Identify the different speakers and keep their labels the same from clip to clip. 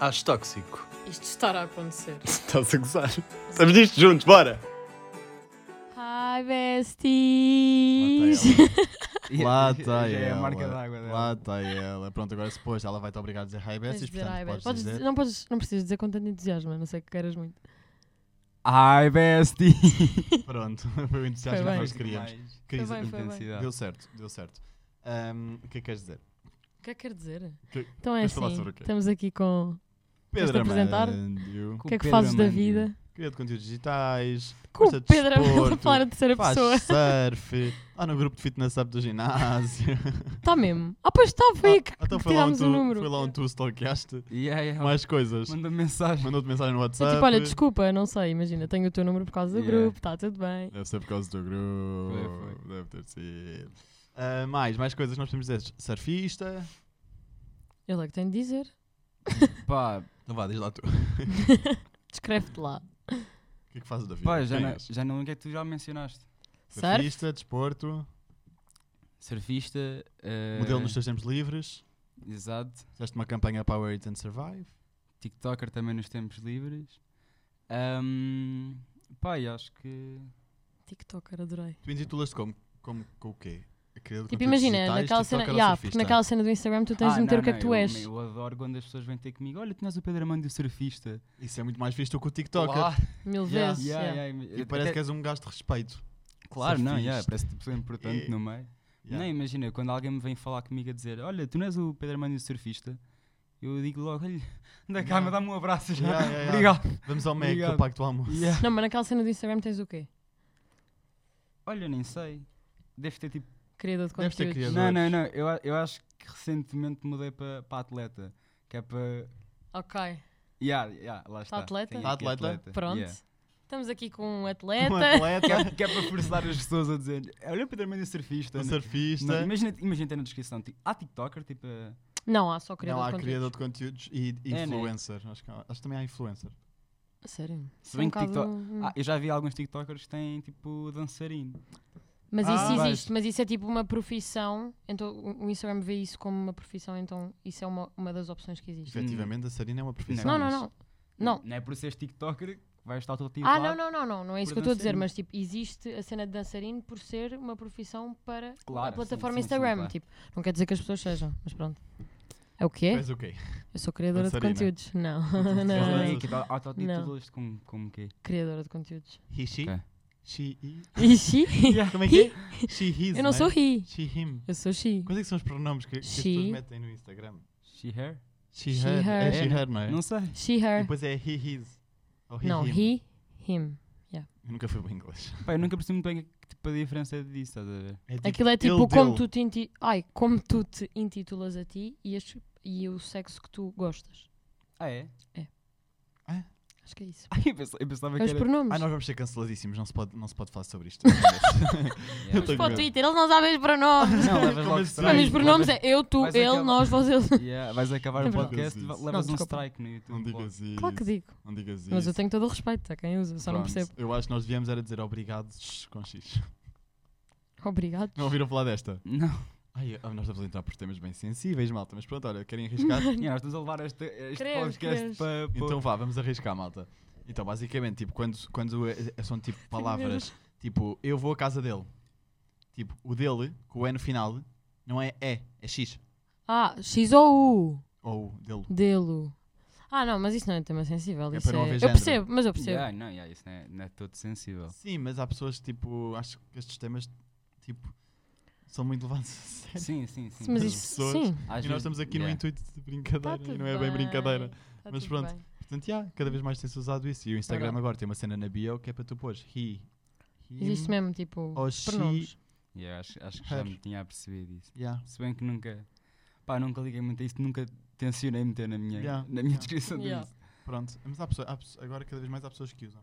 Speaker 1: Acho tóxico.
Speaker 2: Isto estará a acontecer.
Speaker 1: Estás a gozar? Estamos nisto juntos, bora!
Speaker 2: Hi, besties!
Speaker 3: Lá
Speaker 4: Já
Speaker 3: está
Speaker 4: é a
Speaker 3: ela.
Speaker 4: marca d'água dela.
Speaker 3: Lá está ela. Pronto, agora se pôs, ela vai te obrigar a dizer hi
Speaker 2: Tens de
Speaker 3: besties,
Speaker 2: dizer hi,
Speaker 3: é um portanto
Speaker 2: besties. Podes
Speaker 3: podes,
Speaker 2: dizer-
Speaker 3: dizer
Speaker 2: Não podes- não precisas dizer com tanto entusiasmo, a não sei que queiras muito.
Speaker 4: Ai, bestie!
Speaker 3: pronto. Foi o entusiasmo
Speaker 2: Foi
Speaker 3: que
Speaker 2: bem.
Speaker 3: nós queríamos. Queria
Speaker 2: Foi
Speaker 3: dizer-
Speaker 2: bem,
Speaker 3: Deu certo, deu certo. Ahm, O que é que queres dizer?
Speaker 2: O que é que quer dizer?
Speaker 3: Que-
Speaker 2: Então é
Speaker 3: queres falar
Speaker 2: assim,
Speaker 3: sobre o quê?
Speaker 2: estamos aqui com Queres-te apresentar?
Speaker 3: Amândio,
Speaker 2: o que é que fazes da vida.
Speaker 3: cria de conteúdos digitais,
Speaker 2: Com
Speaker 3: gosta
Speaker 2: o
Speaker 3: de
Speaker 2: Pedro Amel a
Speaker 3: desporto,
Speaker 2: falar a terceira
Speaker 3: faz
Speaker 2: pessoa.
Speaker 3: surf, lá no grupo de fitness up do ginásio.
Speaker 2: Está mesmo. Ah, pois está, foi aí que,
Speaker 3: Ah, então
Speaker 2: que
Speaker 3: foi lá, onde
Speaker 2: tirámos
Speaker 3: tu,
Speaker 2: o número.
Speaker 3: foi lá onde tu stalkeaste
Speaker 4: Yeah, yeah,
Speaker 3: mais coisas.
Speaker 4: Manda mensagem.
Speaker 3: Mandou-te mensagem no
Speaker 2: Sim,
Speaker 3: WhatsApp.
Speaker 2: tipo, olha, desculpa, não sei, imagina, tenho o teu número por causa do
Speaker 4: Yeah.
Speaker 2: grupo, está tudo bem.
Speaker 3: Deve ser por causa do grupo.
Speaker 4: Foi,
Speaker 3: Deve ter sido. Ah, mais, mais coisas que nós podemos dizer. Surfista.
Speaker 2: Ele é que tem de dizer.
Speaker 4: Pá,
Speaker 3: Não vá, diz lá tu.
Speaker 2: Descreve-te lá.
Speaker 3: O que é que fazes da vida?
Speaker 4: pá já,
Speaker 3: Quem
Speaker 4: não,
Speaker 3: és?
Speaker 4: já não é que tu já mencionaste.
Speaker 2: Certo?
Speaker 3: Surfista, desporto,
Speaker 4: Surfista. eh,
Speaker 3: modelo nos teus tempos livres.
Speaker 4: Exato.
Speaker 3: Fizeste uma campanha Power It and Survive.
Speaker 4: TikToker também nos tempos livres. Ahm, pá, e acho que.
Speaker 2: TikToker, adorei.
Speaker 3: Tu intitulas-te como, como com o quê? A criador de
Speaker 2: Tipo,
Speaker 3: conteúdos
Speaker 2: imagina,
Speaker 3: digitais,
Speaker 2: naquela
Speaker 3: TikToker
Speaker 2: cena,
Speaker 3: ou
Speaker 2: yeah,
Speaker 3: surfista?
Speaker 2: porque naquela cena do Instagram tu tens
Speaker 4: Ah,
Speaker 2: de meter
Speaker 4: não,
Speaker 2: o que é
Speaker 4: não,
Speaker 2: que tu
Speaker 4: eu-
Speaker 2: és.
Speaker 4: Eu adoro quando as pessoas vêm ter comigo. Olha, tinhas o Pedro Amando e o surfista.
Speaker 3: Isso é muito mais visto que o TikToker.
Speaker 4: Olá.
Speaker 2: Mil
Speaker 3: Yeah,
Speaker 2: vezes.
Speaker 4: Yeah,
Speaker 2: yeah.
Speaker 4: yeah,
Speaker 3: E
Speaker 4: até-
Speaker 3: parece que és um gajo de respeito.
Speaker 4: Claro, não, yeah,
Speaker 3: surfista.
Speaker 4: parece que é pessoa importante
Speaker 3: E-
Speaker 4: no meio.
Speaker 3: Yeah.
Speaker 4: Não, imagina, quando alguém me vem falar comigo a dizer Olha, tu não és o Pedro Armando surfista? Eu digo logo, olha, anda cá,
Speaker 3: Yeah.
Speaker 4: mas dá-me um abraço já.
Speaker 3: Yeah, yeah, yeah.
Speaker 4: Obrigado.
Speaker 3: Vamos ao Mac,
Speaker 4: Obrigado.
Speaker 3: eu pago o almoço.
Speaker 4: Yeah.
Speaker 2: Não, mas naquela cena do Instagram tens o quê?
Speaker 4: Olha, nem sei. Deve ter tipo.
Speaker 2: Criador de
Speaker 3: Deves ter
Speaker 2: conteúdos.
Speaker 3: criador.
Speaker 4: Não, não, não. Eu, a- eu acho que recentemente mudei para para atleta. Que é para.
Speaker 2: Ok,
Speaker 4: Yeah, yeah, lá está. é
Speaker 2: atleta?
Speaker 4: Tem
Speaker 3: Tá
Speaker 4: aqui
Speaker 3: atleta?
Speaker 2: pronto.
Speaker 4: yeah.
Speaker 2: Estamos aqui com um
Speaker 3: Um
Speaker 2: atleta.
Speaker 4: Que
Speaker 3: atleta,
Speaker 4: é, que é para forçar as pessoas a dizer Olha, o Pedro Armando surfista.
Speaker 3: um
Speaker 4: Não-
Speaker 3: surfista.
Speaker 4: Imagina, imagina ter na descrição. Tipo, há TikToker, tipo. eh,
Speaker 2: Não, há só criador
Speaker 3: Não, há
Speaker 2: de conteúdos. Hum.
Speaker 3: criador de conteúdos e e
Speaker 4: É, né?
Speaker 3: influencer. Acho, que, há- acho que também há influencer.
Speaker 2: Sério?
Speaker 4: Se
Speaker 2: Sou
Speaker 4: bem
Speaker 2: um
Speaker 4: que TikTok-
Speaker 2: bocado- hum.
Speaker 4: Ah, eu já vi alguns TikTokers que têm tipo dançarino.
Speaker 2: Mas isso
Speaker 3: Ah,
Speaker 2: existe, mas isso é tipo uma profissão. Então o o Instagram vê isso como uma profissão, então isso é uma, uma das opções que existe.
Speaker 3: Efetivamente, a Sarina é uma profissão.
Speaker 2: Não, não,
Speaker 3: mas-
Speaker 2: não. Não.
Speaker 4: Não é por seres TikToker que vais estar todo
Speaker 2: Ah, não, não, não, não. Não é isso
Speaker 4: Por
Speaker 2: que eu estou a dizer,
Speaker 4: dançarino.
Speaker 2: mas tipo, existe a cena de dançarino por ser uma profissão para
Speaker 4: Claro,
Speaker 2: a plataforma
Speaker 4: sim, sim, sim,
Speaker 2: Instagram.
Speaker 4: claro.
Speaker 2: Tipo, não quer dizer que as pessoas sejam, mas pronto. É o quê?
Speaker 3: Mas o quê?
Speaker 2: Eu sou criadora de
Speaker 3: dançarina.
Speaker 2: conteúdos. Não, não,
Speaker 3: dançarina.
Speaker 2: é
Speaker 4: Autotitulas como, como quê?
Speaker 2: criadora de conteúdos.
Speaker 3: He, she,
Speaker 4: Ok.
Speaker 3: she, he.
Speaker 2: Ixi,
Speaker 3: Como é que é? She, his.
Speaker 2: eu não sou
Speaker 3: é?
Speaker 2: ri,
Speaker 3: She, him.
Speaker 2: eu sou she.
Speaker 3: Quais é que são os pronomes que, que as
Speaker 2: She.
Speaker 3: pessoas metem no Instagram?
Speaker 4: She hair?
Speaker 3: She,
Speaker 2: She,
Speaker 3: her.
Speaker 2: her.
Speaker 3: É she, her, não é?
Speaker 4: Não sei.
Speaker 2: She,
Speaker 3: E
Speaker 2: her.
Speaker 3: depois é he, his. Ou he,
Speaker 2: Não,
Speaker 3: him.
Speaker 2: he, him.
Speaker 3: Eu nunca fui bem inglês.
Speaker 4: Pá, eu nunca percebi muito bem que, tipo, a diferença disso, estás a ver?
Speaker 3: É tipo
Speaker 2: Aquilo é
Speaker 3: ele,
Speaker 2: tipo como
Speaker 3: dele.
Speaker 2: tu, te inti- Ai, como tu te intitulas a ti e, as- e o sexo que tu gostas.
Speaker 4: Ah, é?
Speaker 2: Acho que é isso.
Speaker 4: eu pensava, eu pensava
Speaker 2: É os
Speaker 4: que era.
Speaker 2: pronomes.
Speaker 3: Ah, nós vamos ser canceladíssimos, não se pode, não se pode falar sobre isto.
Speaker 4: tipo, Yeah.
Speaker 3: Eu tenho
Speaker 2: Para o
Speaker 3: medo.
Speaker 2: Twitter, eles não sabem os pronomes.
Speaker 4: Não, levas
Speaker 3: Como
Speaker 4: logo
Speaker 3: assim?
Speaker 4: strike.
Speaker 2: Mas os pronomes
Speaker 4: Levas-
Speaker 2: é eu, tu,
Speaker 4: Mas é
Speaker 2: ele,
Speaker 4: aquela-
Speaker 2: nós, vocês.
Speaker 4: Yeah, vais acabar
Speaker 2: Não
Speaker 4: o
Speaker 2: digas
Speaker 4: podcast,
Speaker 3: isso.
Speaker 4: va-
Speaker 3: Não,
Speaker 4: levas um
Speaker 2: desculpa.
Speaker 4: strike
Speaker 3: assim?
Speaker 4: no YouTube.
Speaker 3: Não digas isso.
Speaker 2: Claro que digo.
Speaker 3: Não digas isso.
Speaker 2: Mas eu tenho todo o respeito a quem usa, só não
Speaker 3: Pronto.
Speaker 2: percebo.
Speaker 3: Eu acho que nós devíamos era dizer obrigados com X.
Speaker 2: Obrigado.
Speaker 3: Não ouviram falar desta?
Speaker 4: Não,
Speaker 3: Ai, ah, nós estamos a entrar por temas bem sensíveis, malta. Mas pronto, olha, querem arriscar?
Speaker 4: Yeah, nós estamos a levar este, este
Speaker 2: Queremos,
Speaker 4: podcast
Speaker 2: queremos.
Speaker 4: para. para-
Speaker 3: então vá, vamos arriscar, malta. Então, basicamente, tipo, quando, quando é- é- são tipo palavras, tipo, eu vou à casa dele. Tipo, o dele, com o E no final, não é E, é X.
Speaker 2: Ah, X ou U,
Speaker 3: Ou o dele.
Speaker 2: dele. Ah, não, mas isso não é tema sensível.
Speaker 3: É
Speaker 2: isso
Speaker 3: para não
Speaker 2: é...
Speaker 3: haver
Speaker 2: Eu
Speaker 3: género.
Speaker 2: percebo, mas eu percebo.
Speaker 4: Yeah, não, yeah, isso não é, não é todo sensível.
Speaker 3: Sim, mas há pessoas que, tipo, acho que estes temas, tipo, são muito levados a sério.
Speaker 4: Sim, sim, sim.
Speaker 2: Mas
Speaker 3: as
Speaker 2: isso,
Speaker 3: pessoas-
Speaker 2: sim.
Speaker 4: Às
Speaker 3: E nós
Speaker 4: vezes-
Speaker 3: estamos aqui no
Speaker 4: yeah.
Speaker 3: intuito de
Speaker 2: Tá
Speaker 3: brincadeira, e
Speaker 2: tudo
Speaker 3: não é bem brincadeira.
Speaker 2: tá
Speaker 3: Mas
Speaker 2: tudo
Speaker 3: pronto.
Speaker 2: bem.
Speaker 3: Portanto, yeah, cada vez mais tem-se usado isso. E o Instagram
Speaker 2: Verdade.
Speaker 3: agora tem uma cena na bio que é para tu pôres he, him,
Speaker 2: Existe mesmo, tipo,
Speaker 3: ou she.
Speaker 2: pronomes.
Speaker 4: Yeah, acho, acho que já
Speaker 3: Her.
Speaker 4: me tinha percebido isso.
Speaker 3: Yeah.
Speaker 4: Se bem que nunca. Pá, nunca liguei muito a isso, nunca tensionei meter na minha,
Speaker 3: Yeah,
Speaker 4: na minha
Speaker 3: yeah.
Speaker 4: descrição
Speaker 2: Yeah.
Speaker 4: disso.
Speaker 3: Pronto, mas há pessoa- há pesso- agora cada vez mais há pessoas que usam.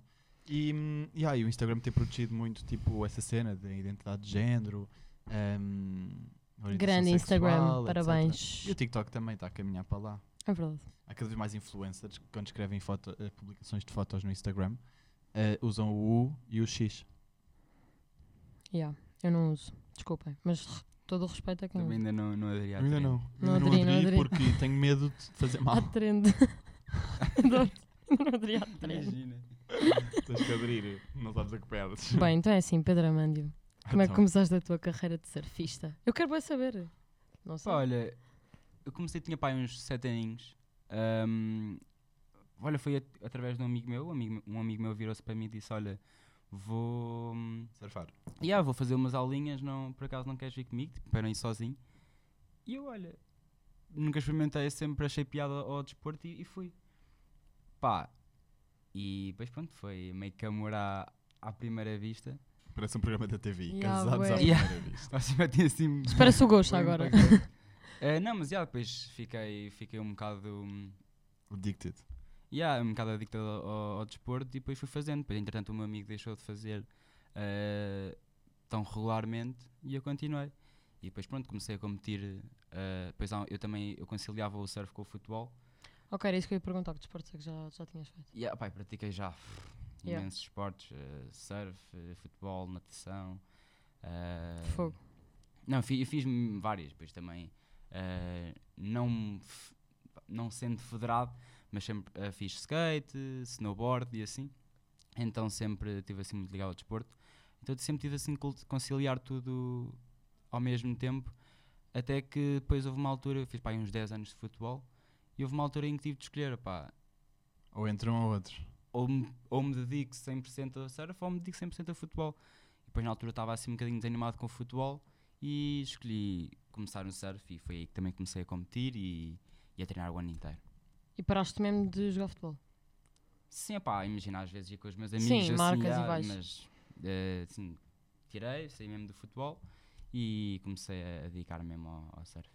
Speaker 3: E, hum, yeah, e o Instagram tem protegido muito tipo, essa cena de identidade de género. hum, orientação
Speaker 2: Grande
Speaker 3: sexual,
Speaker 2: Instagram,
Speaker 3: etc.
Speaker 2: parabéns.
Speaker 3: E o TikTok também está a caminhar para lá.
Speaker 2: É verdade.
Speaker 3: Há cada vez mais influencers que, quando escrevem foto, eh, publicações de fotos no Instagram, eh, usam o U e o X.
Speaker 2: Yeah, eu não uso, desculpem, mas todo o respeito a quem
Speaker 4: Também
Speaker 2: usa.
Speaker 4: ainda não, não aderi à
Speaker 3: Eu ainda
Speaker 4: trend.
Speaker 3: não.
Speaker 2: Não
Speaker 3: Ainda
Speaker 2: aderi, não aderi.
Speaker 3: porque tenho medo de fazer mal.
Speaker 2: Há trend. Adoro. No outro dia há três.
Speaker 4: Imagina.
Speaker 3: Tens que abrir, não sabes a que perdes.
Speaker 2: Bem, então é assim, Pedro Amândio. Como é que
Speaker 3: Então,
Speaker 2: começaste a tua carreira de surfista? Eu quero bem saber. Não sei.
Speaker 4: Pá, olha, eu comecei, tinha pai uns 7 aninhos. Ahm, olha, foi at- através de um amigo meu. Um amigo, um amigo meu virou-se para mim e disse: Olha, vou. hum,
Speaker 3: Surfar.
Speaker 4: Yeah, vou fazer umas aulinhas, não, por acaso não queres vir comigo? Tipo, para não ir sozinho. E eu, olha, nunca experimentei, sempre achei piada ao desporto e, e fui. Pá, e depois pronto, foi meio que amor à, à primeira vista.
Speaker 3: Parece um programa da TV.
Speaker 2: Ya,
Speaker 3: Casados à
Speaker 2: bué.
Speaker 3: primeira
Speaker 4: Ya.
Speaker 3: vista.
Speaker 4: Basicamente assim.
Speaker 2: Espera-se o gosto
Speaker 4: foi um
Speaker 2: agora.
Speaker 4: bacana. Eh, não, mas yeah, depois fiquei, fiquei um bocado. hum,
Speaker 3: Addicted.
Speaker 4: Yeah, um bocado adicto ao, ao- ao desporto e depois fui fazendo. Depois, entretanto, o meu amigo deixou de fazer eh, tão regularmente e eu continuei. E depois, pronto, comecei a competir. eh, depois, há- eu também eu conciliava o surf com o futebol.
Speaker 2: Ok, era isso que eu ia perguntar. Que desportos é que já, já tinhas feito?
Speaker 4: E ah, pá, eu pratiquei já pff,
Speaker 2: Yeah.
Speaker 4: imensos esportes: eh, surf, eh, futebol, natação. eh,
Speaker 2: Fogo.
Speaker 4: Não, fi- eu fiz m- várias, depois também. eh, não, me f- não sendo federado, mas sempre eh, fiz skate, snowboard e assim. Então sempre estive assim muito ligado ao desporto. Então sempre tive assim cul- conciliar tudo ao mesmo tempo. Até que depois houve uma altura, eu fiz pá, aí uns 10 anos de futebol, e houve uma altura em que tive de escolher, pá,
Speaker 3: Ou entre um ou outro.
Speaker 4: ou me, ou me dedico 100% a surf ou me dedico 100% a futebol. E depois na altura estava assim um bocadinho desanimado com o futebol e escolhi começar no surf e foi aí que também comecei a competir e, e a treinar o ano inteiro.
Speaker 2: E paraste mesmo de jogar futebol?
Speaker 4: Sim, pá, imagina às vezes ir com os meus amigos
Speaker 2: Sim,
Speaker 4: assim,
Speaker 2: marcas e
Speaker 4: ah,
Speaker 2: vais.
Speaker 4: mas eh, assim, tirei, saí mesmo do futebol e comecei a dedicar mesmo ao, ao surf.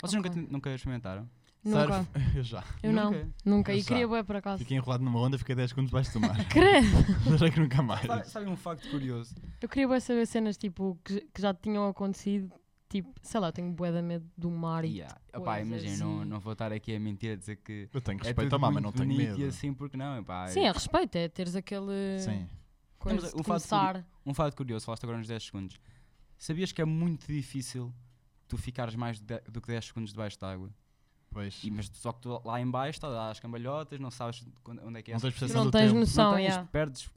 Speaker 4: Vocês
Speaker 2: Ok.
Speaker 4: nunca, te- nunca experimentaram?
Speaker 2: Nunca.
Speaker 3: Surf. Eu já.
Speaker 2: Eu não.
Speaker 4: Nunca?
Speaker 2: Nunca.
Speaker 3: Eu
Speaker 2: E
Speaker 3: já.
Speaker 2: queria bué por acaso.
Speaker 3: Fiquei enrolado numa onda, fiquei 10 segundos baixo do mar.
Speaker 2: Credo!
Speaker 3: Jurei que nunca mais.
Speaker 4: Sabe, sabe um facto curioso?
Speaker 2: Eu queria bué saber cenas tipo, que, que já tinham acontecido. Tipo, sei lá, eu tenho bué da medo do mar e...
Speaker 4: Yeah. Opá,
Speaker 2: coisas
Speaker 4: imagina, não,
Speaker 2: e-
Speaker 4: não vou estar aqui a mentir a dizer que
Speaker 3: Eu tenho
Speaker 4: É
Speaker 3: respeito
Speaker 4: tudo
Speaker 3: ao mar, mas
Speaker 4: muito
Speaker 3: não tenho
Speaker 4: bonito
Speaker 3: medo.
Speaker 4: E assim porque não, epá,
Speaker 2: Sim, é respeito. É teres aquele...
Speaker 3: Sim.
Speaker 2: Coisa
Speaker 4: Mas
Speaker 2: de
Speaker 4: o fato de-
Speaker 2: começar.
Speaker 4: Um fato curioso, falaste agora nos 10 segundos. Sabias que é muito difícil tu ficares mais de- do que 10 segundos debaixo d'água?
Speaker 3: Pois.
Speaker 4: E, mas só que tu lá em baixo estás às cambalhotas, não sabes quando- onde é que é.
Speaker 3: Não tens
Speaker 2: Tu
Speaker 3: percepção
Speaker 2: não
Speaker 3: do
Speaker 2: tens
Speaker 3: tempo.
Speaker 2: noção,
Speaker 4: não tens,
Speaker 2: yeah.
Speaker 4: perdes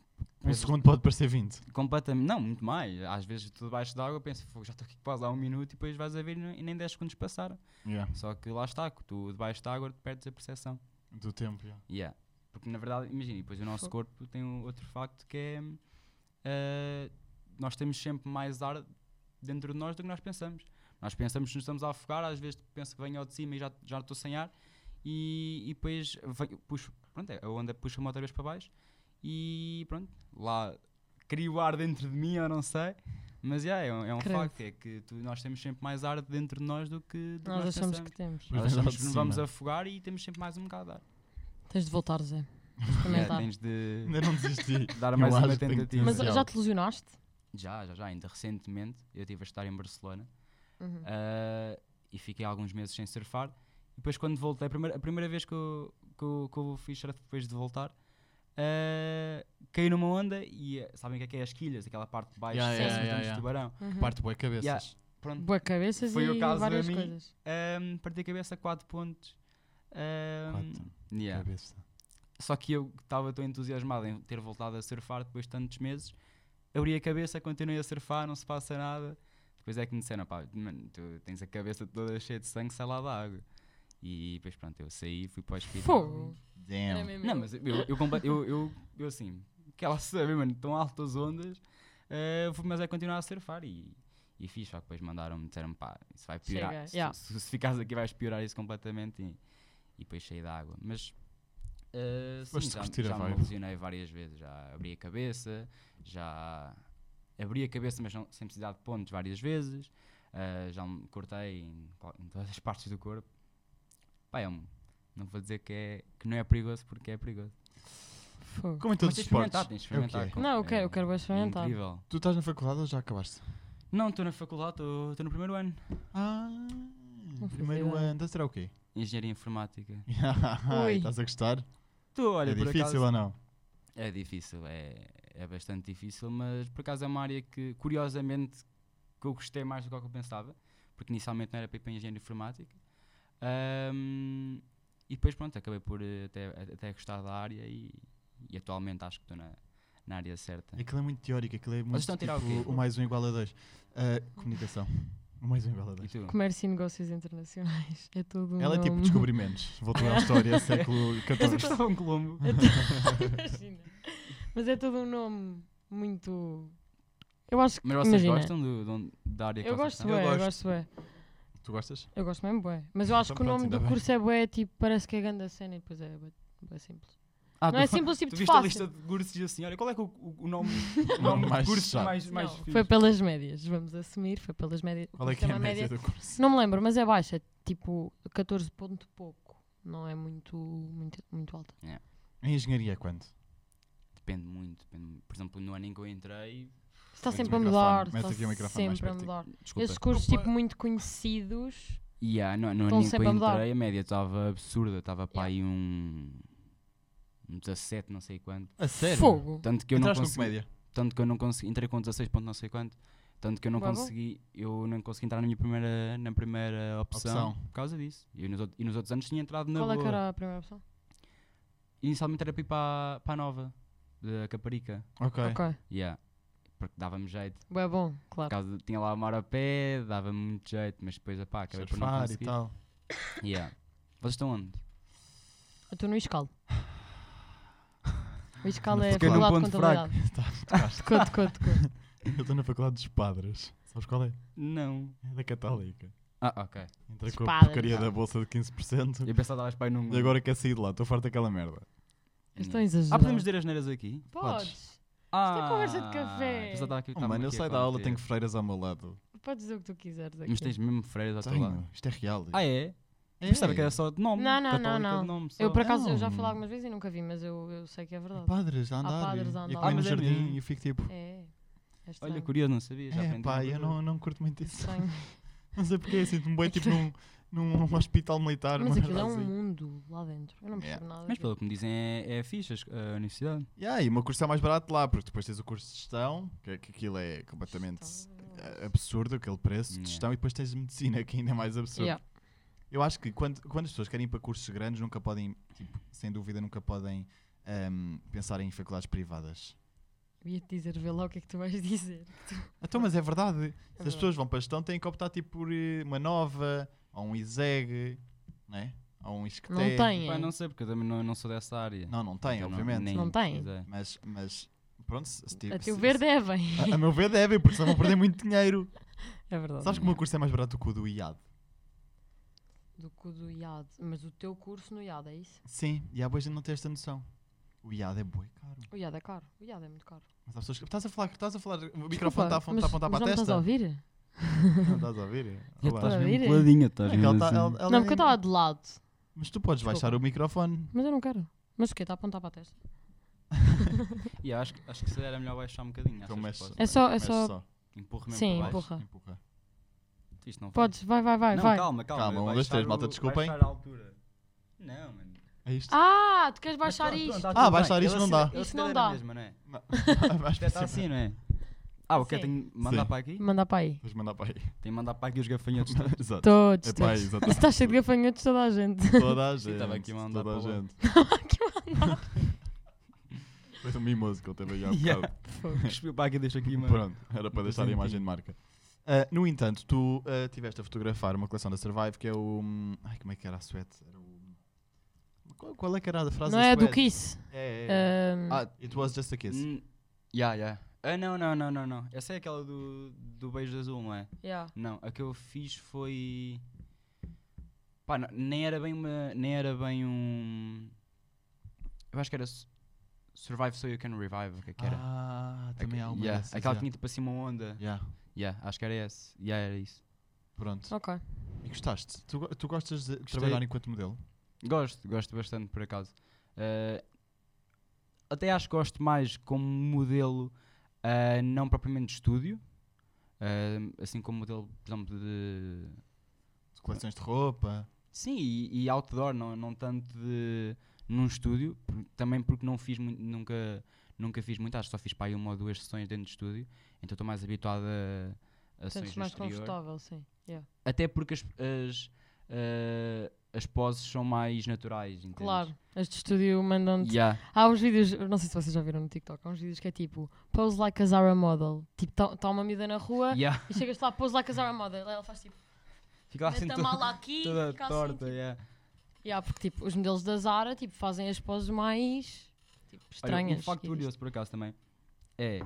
Speaker 3: Um segundo pode parecer 20.
Speaker 4: completamente. Não, muito mais. Às vezes tu debaixo d'água pensas, "Fogo, já estou aqui quase há um minuto e depois vais a ver e não- e nem 10 segundos passaram.
Speaker 3: Yeah.
Speaker 4: Só que lá está, que tu debaixo d'água perdes a percepção.
Speaker 3: Do tempo, yeah.
Speaker 4: Yeah. Porque na verdade, imagina, e depois o nosso
Speaker 2: Fogo.
Speaker 4: corpo tem um outro facto que é hum, eh, nós temos sempre mais ar dentro de nós do que nós pensamos. Nós pensamos que nos estamos a afogar, às vezes penso que venho ao de cima e já já estou sem ar, e, e depois venho- puxo, pronto, é, a onda puxa-me outra vez para baixo e pronto, lá crio ar dentro de mim, eu não sei. Mas yeah, é um, é um
Speaker 2: Credo.
Speaker 4: facto, é que tu- nós temos sempre mais ar dentro de nós do que do que
Speaker 2: Nós
Speaker 4: nós,
Speaker 2: achamos
Speaker 4: pensamos.
Speaker 2: que temos.
Speaker 3: é,
Speaker 4: Nós achamos que nos vamos
Speaker 3: Ainda
Speaker 4: afogar e temos sempre mais um bocado de ar.
Speaker 2: Tens de voltar, Zé.
Speaker 4: Yeah,
Speaker 2: Experimentar.
Speaker 4: tens de
Speaker 3: não desisti.
Speaker 4: dar
Speaker 3: Eu
Speaker 4: mais
Speaker 3: acho
Speaker 4: uma
Speaker 3: que tenho que
Speaker 4: tentativa.
Speaker 2: Mas
Speaker 3: Sim.
Speaker 2: já te lesionaste?
Speaker 4: já, já, já, ainda recentemente eu estive a estar em Barcelona ah, e fiquei alguns meses sem surfar. E depois, quando voltei, a primeira, a primeira vez que eu, que, eu, que eu fiz surf depois de voltar, ah, caí numa onda e ah, sabem o que é que é as quilhas, aquela parte de baixo
Speaker 3: Yeah,
Speaker 4: yeah,
Speaker 3: yeah,
Speaker 4: yeah,
Speaker 3: yeah, yeah.
Speaker 4: tubarão.
Speaker 3: Parte boa cabeças.
Speaker 4: Yeah. Pronto,
Speaker 2: Boa cabeças
Speaker 4: Foi
Speaker 2: e
Speaker 4: o caso
Speaker 2: várias
Speaker 4: a mim.
Speaker 2: coisas.
Speaker 4: ahm, parti a cabeça 4 pontos. ahm,
Speaker 3: Quatro.
Speaker 4: um, yeah.
Speaker 3: Cabeça.
Speaker 4: Só que eu que estava tão entusiasmado em ter voltado a surfar depois de tantos meses, abri a cabeça, continuei a surfar, não se passa nada. Depois é que me disseram, pá, mano, tu tens a cabeça toda cheia de sangue, sai lá da água. E depois pronto, eu saí, fui para o hospital.
Speaker 2: Fogo. Era
Speaker 3: Damn.
Speaker 2: mesmo
Speaker 4: Não,
Speaker 2: eu.
Speaker 4: mas eu, eu, compa- eu, eu, eu assim, que ela sabe, mano, tão altas ondas, eh, fui- mas é continuar a surfar e, e fiz, só que depois mandaram-me, disseram pá, isso vai piorar,
Speaker 2: Chega,
Speaker 4: se,
Speaker 2: yeah.
Speaker 4: se, se ficares aqui vais piorar isso completamente e, e depois saí da água, mas eh, sim,
Speaker 3: Foste
Speaker 4: já,
Speaker 3: curtir a
Speaker 4: já me
Speaker 3: vibe.
Speaker 4: lesionei várias vezes, já abri a cabeça, já abri a cabeça mas não, sem precisar de pontos várias vezes, eh, já me cortei em, qual- em todas as partes do corpo, pá, é um... Não vou dizer que, é, que não é perigoso porque é perigoso.
Speaker 2: Fogo.
Speaker 3: Como em todos os
Speaker 4: Mas tens de experimentar,
Speaker 3: esportes.
Speaker 4: tens de
Speaker 3: É o que
Speaker 4: experimentar.
Speaker 3: é.
Speaker 4: com-
Speaker 2: Não, eu quero-
Speaker 4: é-
Speaker 2: eu quero bem
Speaker 4: é
Speaker 2: experimentar.
Speaker 4: Incrível.
Speaker 3: Tu estás na faculdade ou já acabaste?
Speaker 4: Não, estou na faculdade, estou no primeiro ano.
Speaker 3: Ah,
Speaker 2: Não fazia
Speaker 3: primeiro
Speaker 2: ideia.
Speaker 3: ano. Então será o quê?
Speaker 4: Engenharia Informática.
Speaker 2: Ui.
Speaker 3: Estás a gostar?
Speaker 4: Tu, olha,
Speaker 3: É
Speaker 4: por
Speaker 3: difícil
Speaker 4: acaso...
Speaker 3: ou não?
Speaker 4: É difícil, é, é bastante difícil, mas por acaso é uma área que, curiosamente, que eu gostei mais do que eu pensava, porque inicialmente não era para ir para engenharia informática. Ahm, E depois, pronto, acabei por eh, até, até gostar da área e, e atualmente acho que estou na, na área certa.
Speaker 3: Aquilo é muito teórico, aquilo é muito
Speaker 4: estão a tirar o
Speaker 3: tipo,
Speaker 4: quê?
Speaker 3: o mais um igual a dois. Ah, comunicação. O mais um igual a
Speaker 4: E
Speaker 3: dois.
Speaker 4: tu?
Speaker 2: Tipo, Comércio e negócios internacionais. É tudo
Speaker 4: Hum.
Speaker 2: um
Speaker 3: Ela é tipo
Speaker 2: nome.
Speaker 3: descobrimentos. Voltou à história, século
Speaker 4: Mas eu
Speaker 3: XIV.
Speaker 4: gostava de um Colombo.
Speaker 2: Imagina. Mas é todo um nome muito. Eu acho que.
Speaker 4: Mas vocês
Speaker 2: imagina,
Speaker 4: gostam do, do, onde- da área que
Speaker 2: Eu
Speaker 4: vocês
Speaker 2: gosto,
Speaker 4: estão?
Speaker 2: bué, eu
Speaker 3: É gosto.
Speaker 2: gosto, bué.
Speaker 3: Tu gostas?
Speaker 2: Eu gosto mesmo, bué. Mas eu acho
Speaker 3: Então
Speaker 2: que o
Speaker 3: pronto,
Speaker 2: nome
Speaker 3: ainda
Speaker 2: do
Speaker 3: bem.
Speaker 2: curso é bué, tipo, parece que é grande a cena e depois é bué, bué simples.
Speaker 4: Ah,
Speaker 2: Não
Speaker 4: tu-
Speaker 2: é simples, tipo,
Speaker 4: Tu
Speaker 2: de
Speaker 4: viste a
Speaker 2: fácil.
Speaker 4: lista de cursos e assim, olha, qual é que é o, o- o nome, o
Speaker 3: Não,
Speaker 4: nome
Speaker 3: mais
Speaker 4: de curso
Speaker 3: chato.
Speaker 4: mais, mais
Speaker 2: Não,
Speaker 4: fixe?
Speaker 2: foi pelas médias, vamos assumir, foi pelas médias.
Speaker 3: Qual é
Speaker 2: Isto
Speaker 3: que
Speaker 2: uma
Speaker 3: é a média do curso?
Speaker 2: Não me lembro, mas é baixa, tipo 14 ponto pouco. Não é muito, muito, muito alta.
Speaker 3: Em engenharia, é quanto?
Speaker 4: Depende muito. depende muito. Por exemplo, no ano em que eu entrei,
Speaker 2: Está
Speaker 3: Mete
Speaker 2: sempre a
Speaker 3: o
Speaker 2: mudar,
Speaker 3: microfone, mete aqui o
Speaker 2: está
Speaker 3: microfone mais
Speaker 2: sempre a
Speaker 3: perto de ti.
Speaker 2: mudar.
Speaker 4: desculpa,
Speaker 2: Esses cursos
Speaker 3: Opa.
Speaker 2: tipo muito conhecidos.
Speaker 4: Yeah, no, no
Speaker 2: Estão
Speaker 4: ano em que
Speaker 2: sempre a
Speaker 4: eu
Speaker 2: mudar.
Speaker 4: entrei, a média estava absurda, estava para aí um, um 17, não sei quanto.
Speaker 3: A
Speaker 2: Fogo.
Speaker 4: Tanto que eu não
Speaker 3: Entraste com
Speaker 4: consegui.
Speaker 3: comédia.
Speaker 4: tanto que eu não consegui, entrei com 16 ponto não sei quanto, tanto que eu não
Speaker 2: Bravo.
Speaker 4: consegui, eu não consegui entrar na minha primeira, na primeira opção,
Speaker 3: Opção.
Speaker 4: por causa disso. E nos, out- e nos outros anos tinha entrado na
Speaker 2: Qual é que
Speaker 4: boa.
Speaker 2: era a primeira opção?
Speaker 4: Inicialmente era para ir para, para a Nova, da Caparica.
Speaker 3: Ok.
Speaker 2: Ok.
Speaker 4: Yeah. Porque dava-me jeito.
Speaker 2: Bué bom,
Speaker 4: Por
Speaker 2: claro.
Speaker 4: causa, de- tinha lá uma hora a pé, dava-me muito jeito, mas depois, pá, acabei por não
Speaker 3: Surfar e
Speaker 4: conseguir.
Speaker 3: tal.
Speaker 4: Yeah. Vocês estão onde?
Speaker 2: Eu estou Então no Iscal. O Iscal é
Speaker 3: Fiquei num
Speaker 2: faculdade de
Speaker 4: ponto fraco.
Speaker 2: contabilidade.
Speaker 3: Tá, tocaste.
Speaker 2: Conto, conto, conto.
Speaker 3: Eu estou na faculdade dos padres. Sabes qual é?
Speaker 4: Não.
Speaker 3: É da Católica.
Speaker 4: Ah, ok.
Speaker 3: Entra
Speaker 2: Dos
Speaker 3: com a
Speaker 2: padres.
Speaker 3: porcaria da bolsa de 15%
Speaker 4: ah. Eu pensava que estavas para ir num.
Speaker 3: e agora quer sair de lá. Estou farto daquela merda.
Speaker 2: Estão exagerados.
Speaker 4: Ah, podemos dizer as neiras aqui?
Speaker 2: Podes.
Speaker 4: Ah,
Speaker 2: é conversa de café.
Speaker 4: pensava que estava
Speaker 3: Oh,
Speaker 4: aqui- estava-me
Speaker 3: mano, eu
Speaker 4: aqui a
Speaker 3: saio da aula,
Speaker 4: conter.
Speaker 3: tenho freiras ao meu lado.
Speaker 2: Podes dizer o que tu quiseres aqui.
Speaker 4: Mas tens mesmo freiras ao teu lado.
Speaker 3: Tenho. Isto é real.
Speaker 4: Ah, é?
Speaker 3: É.
Speaker 4: Pensava que era só de nome.
Speaker 2: Não, não, não,
Speaker 4: católica
Speaker 2: não.
Speaker 4: De nome só.
Speaker 2: Eu por acaso eu já
Speaker 3: Não.
Speaker 2: falei algumas vezes e nunca vi, mas eu, eu sei que é verdade.
Speaker 3: Padres a andar.
Speaker 2: padres a andar.
Speaker 3: E a comer
Speaker 4: Ah,
Speaker 3: no
Speaker 4: mas é
Speaker 3: jardim
Speaker 4: mesmo.
Speaker 3: e eu fico tipo...
Speaker 2: É. É estranho.
Speaker 4: Olha, curioso, não sabia. Já
Speaker 3: É
Speaker 4: aprendi
Speaker 3: pá,
Speaker 4: uma
Speaker 3: eu
Speaker 4: coisa.
Speaker 3: não, não curto muito
Speaker 2: É
Speaker 3: isso.
Speaker 2: estranho.
Speaker 3: Não sei porque, sinto-me bem tipo num, num hospital militar.
Speaker 2: Mas
Speaker 3: uma
Speaker 2: aquilo é
Speaker 3: merda
Speaker 2: um
Speaker 3: assim.
Speaker 2: mundo lá dentro. Eu não percebo nada.
Speaker 4: Mas
Speaker 2: daquilo.
Speaker 4: pelo que me dizem é, é fixe as- a universidade.
Speaker 3: Yeah, e o meu curso é mais barato lá, porque depois tens o curso de gestão, que, que aquilo é completamente eh, absurdo, aquele preço de
Speaker 4: Yeah.
Speaker 3: gestão, e depois tens medicina, que ainda é mais absurdo.
Speaker 2: Yeah.
Speaker 3: Eu acho que quando, quando as pessoas querem ir para cursos grandes, nunca podem, tipo, sem dúvida, nunca podem ehm, pensar em faculdades privadas.
Speaker 2: Eu Ia-te dizer, vê lá o que é que tu vais dizer.
Speaker 3: Então, mas é verdade. Se as
Speaker 2: verdade.
Speaker 3: pessoas vão para gestão, têm que optar tipo, por eh, uma nova, ou um ISEG, né? ou um ISCTE.
Speaker 2: Não tem,
Speaker 4: Pá,
Speaker 2: é?
Speaker 4: não sei, porque eu também não, não sou dessa área.
Speaker 3: Não, não tem,
Speaker 4: Então
Speaker 3: obviamente.
Speaker 4: nem
Speaker 2: Não tem?
Speaker 4: sei.
Speaker 3: Mas, mas, pronto, se, se,
Speaker 2: é A teu
Speaker 3: se-
Speaker 2: ver devem.
Speaker 3: A, a meu ver devem, porque senão vão perder muito dinheiro.
Speaker 2: É verdade.
Speaker 3: Sabes que o meu curso é mais barato do que o do IAD?
Speaker 2: Do que o do IAD. Mas o teu curso no IAD é isso?
Speaker 3: Sim, e há boa gente que não tem esta noção. O IAD é bué caro.
Speaker 2: O IAD é caro. O IAD é muito caro.
Speaker 3: Mas há pessoas que... Estás a falar, estás a falar... O
Speaker 2: Desculpa,
Speaker 3: microfone está a, fon-
Speaker 2: mas-
Speaker 3: está a apontar
Speaker 2: mas
Speaker 3: para a
Speaker 2: Não me estás a
Speaker 3: testa?
Speaker 2: ouvir?
Speaker 3: Não estás a ouvir?
Speaker 4: Já
Speaker 3: Olá.
Speaker 4: estás
Speaker 2: Para
Speaker 4: mesmo
Speaker 2: virem.
Speaker 4: coladinha, estás
Speaker 3: É que
Speaker 4: mesmo
Speaker 3: ela está-
Speaker 4: assim.
Speaker 3: ela- ela
Speaker 2: não,
Speaker 3: nem-
Speaker 2: porque eu estava de lado.
Speaker 3: Mas tu podes baixar o microfone.
Speaker 2: Mas eu não quero. Mas o quê? Está a apontar para a testa?
Speaker 4: E acho, que- acho que se era melhor baixar um bocadinho.
Speaker 3: Então
Speaker 4: achas que
Speaker 3: mexe-
Speaker 4: posso?
Speaker 2: É só. É
Speaker 3: mexe
Speaker 2: só...
Speaker 4: Empurra mesmo
Speaker 2: Sim,
Speaker 4: para baixo.
Speaker 2: empurra.
Speaker 3: Empurra.
Speaker 4: Isto não
Speaker 2: Podes, vai, vai, vai.
Speaker 4: Não,
Speaker 2: vai.
Speaker 4: calma, calma.
Speaker 3: Calma, um,
Speaker 4: baixar
Speaker 3: dois, três,
Speaker 4: o-
Speaker 3: malta, desculpem.
Speaker 4: Baixar a altura. Não, mano.
Speaker 3: É isto?
Speaker 2: Ah, tu queres
Speaker 4: Mas
Speaker 2: baixar
Speaker 4: pronto,
Speaker 2: isto?
Speaker 4: pronto, tá
Speaker 3: Ah,
Speaker 4: tudo bem.
Speaker 3: baixar isto
Speaker 4: Ele
Speaker 3: não
Speaker 4: acena-
Speaker 3: dá.
Speaker 4: ele
Speaker 2: Isto não
Speaker 4: acelera
Speaker 2: dá.
Speaker 4: mesmo, não é?
Speaker 3: Vais
Speaker 4: Até
Speaker 3: para
Speaker 4: está
Speaker 3: cima.
Speaker 4: assim, não é? Ah, o que
Speaker 2: Sim.
Speaker 4: Tenho que mandar
Speaker 3: Sim.
Speaker 4: para aqui?
Speaker 2: Manda para aí.
Speaker 3: Vais mandar para aí.
Speaker 4: Tenho que mandar para aqui os gafanhotos. todos.
Speaker 3: Exato.
Speaker 2: Todos,
Speaker 3: É pá,
Speaker 2: todos.
Speaker 3: exato.
Speaker 2: Isso está cheio de gafanhotos toda a gente.
Speaker 3: Toda a gente.
Speaker 4: estava aqui a mandar
Speaker 3: toda a
Speaker 4: para lá.
Speaker 3: gente. Foi um mimoso que ele teve aí há
Speaker 4: Yeah.
Speaker 3: bocado.
Speaker 4: Cuspiu para aqui, deixa aqui, mano.
Speaker 3: Pronto, era para deixar a imagem de
Speaker 4: um
Speaker 3: marca. Ah, no entanto, tu ah, tiveste a fotografar uma coleção da Survive que é o. hum, Ai, como é que era a sweat? Era o. hum, Qual, qual é que era a frase
Speaker 2: Não
Speaker 3: da
Speaker 2: é do
Speaker 3: sweat?
Speaker 2: Kiss.
Speaker 3: É, é, é.
Speaker 2: Ahm,
Speaker 3: Ah, it was just a kiss.
Speaker 4: Hum, Ya, ya. Ah, não, não, não, não, não. Essa é aquela do, do beijo azul, não é?
Speaker 2: yeah.
Speaker 4: Não, a que eu fiz foi. Pá, não, nem era bem uma. Nem era bem um. Eu acho que era su- Survive So You Can Revive, o que é que era?
Speaker 3: Ah, também há uma.
Speaker 4: Yeah,
Speaker 3: dessas,
Speaker 4: Aquela que
Speaker 3: yeah.
Speaker 4: tinha tipo assim uma onda.
Speaker 3: Yeah,
Speaker 4: Yeah, acho que era essa. Ya, era isso.
Speaker 3: Pronto.
Speaker 2: Ok.
Speaker 3: E gostaste? Tu, go- tu gostas de trabalhar enquanto modelo?
Speaker 4: Gosto, gosto bastante por acaso. Eh, até acho que gosto mais como modelo, eh, não propriamente de estúdio, eh, assim como modelo, por exemplo, de.
Speaker 3: De coleções de roupa?
Speaker 4: Sim, e, e outdoor, não, não tanto de. num estúdio, por- também porque não fiz muito, nunca, nunca fiz muito, acho que só fiz para aí uma ou duas sessões dentro de estúdio, então estou mais habituado a, a sessões
Speaker 2: Sentes
Speaker 4: no
Speaker 2: mais
Speaker 4: exterior.
Speaker 2: confortável, sim. Yeah.
Speaker 4: Até porque as, as, eh, as poses são mais naturais, entendes?
Speaker 2: Claro, este estúdio mandam-te.
Speaker 4: Yeah.
Speaker 2: Há uns vídeos, não sei se vocês já viram no TikTok, há uns vídeos que é tipo pose like a Zara model. Tipo, está uma miúda na rua
Speaker 4: Yeah.
Speaker 2: e chegas lá, pose like a Zara model. Ela faz tipo,
Speaker 4: Fica lá assim
Speaker 2: mete a
Speaker 4: todo-
Speaker 2: mala aqui,
Speaker 4: toda
Speaker 2: tá fica assim,
Speaker 4: torta,
Speaker 2: tipo.
Speaker 4: yeah.
Speaker 2: Yeah, porque tipo, os modelos da Zara tipo, fazem as poses mais tipo,
Speaker 4: Olha,
Speaker 2: estranhas.
Speaker 4: um facto
Speaker 2: que
Speaker 4: curioso por acaso também é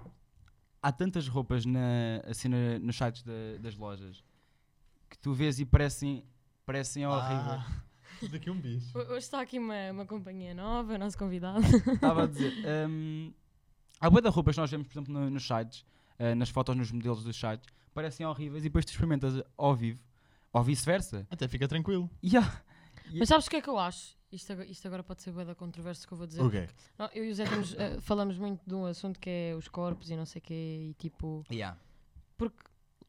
Speaker 4: há tantas roupas na, assim na- nos sites da- das lojas que tu vês e parecem
Speaker 3: É Ah.
Speaker 4: parecem horríveis.
Speaker 3: Tudo aqui um bicho.
Speaker 2: existem. Ho- Hoje está aqui uma, uma companhia nova, o nosso convidado.
Speaker 4: Estava a dizer, hum, há boa da roupas que nós vemos, por exemplo, no- nos sites, ah, nas fotos, nos modelos dos sites, parecem horríveis e depois tu experimentas ao vivo ou vice-versa.
Speaker 3: Até fica tranquilo.
Speaker 4: Yeah. E-
Speaker 2: Mas sabes o que é que eu acho? Isto agora, isto agora pode ser bué da controvérsia que eu vou dizer.
Speaker 3: Ok.
Speaker 2: Não, eu e o Zé temos, eh, falamos muito de um assunto que é os corpos e não sei o quê, e tipo. Porque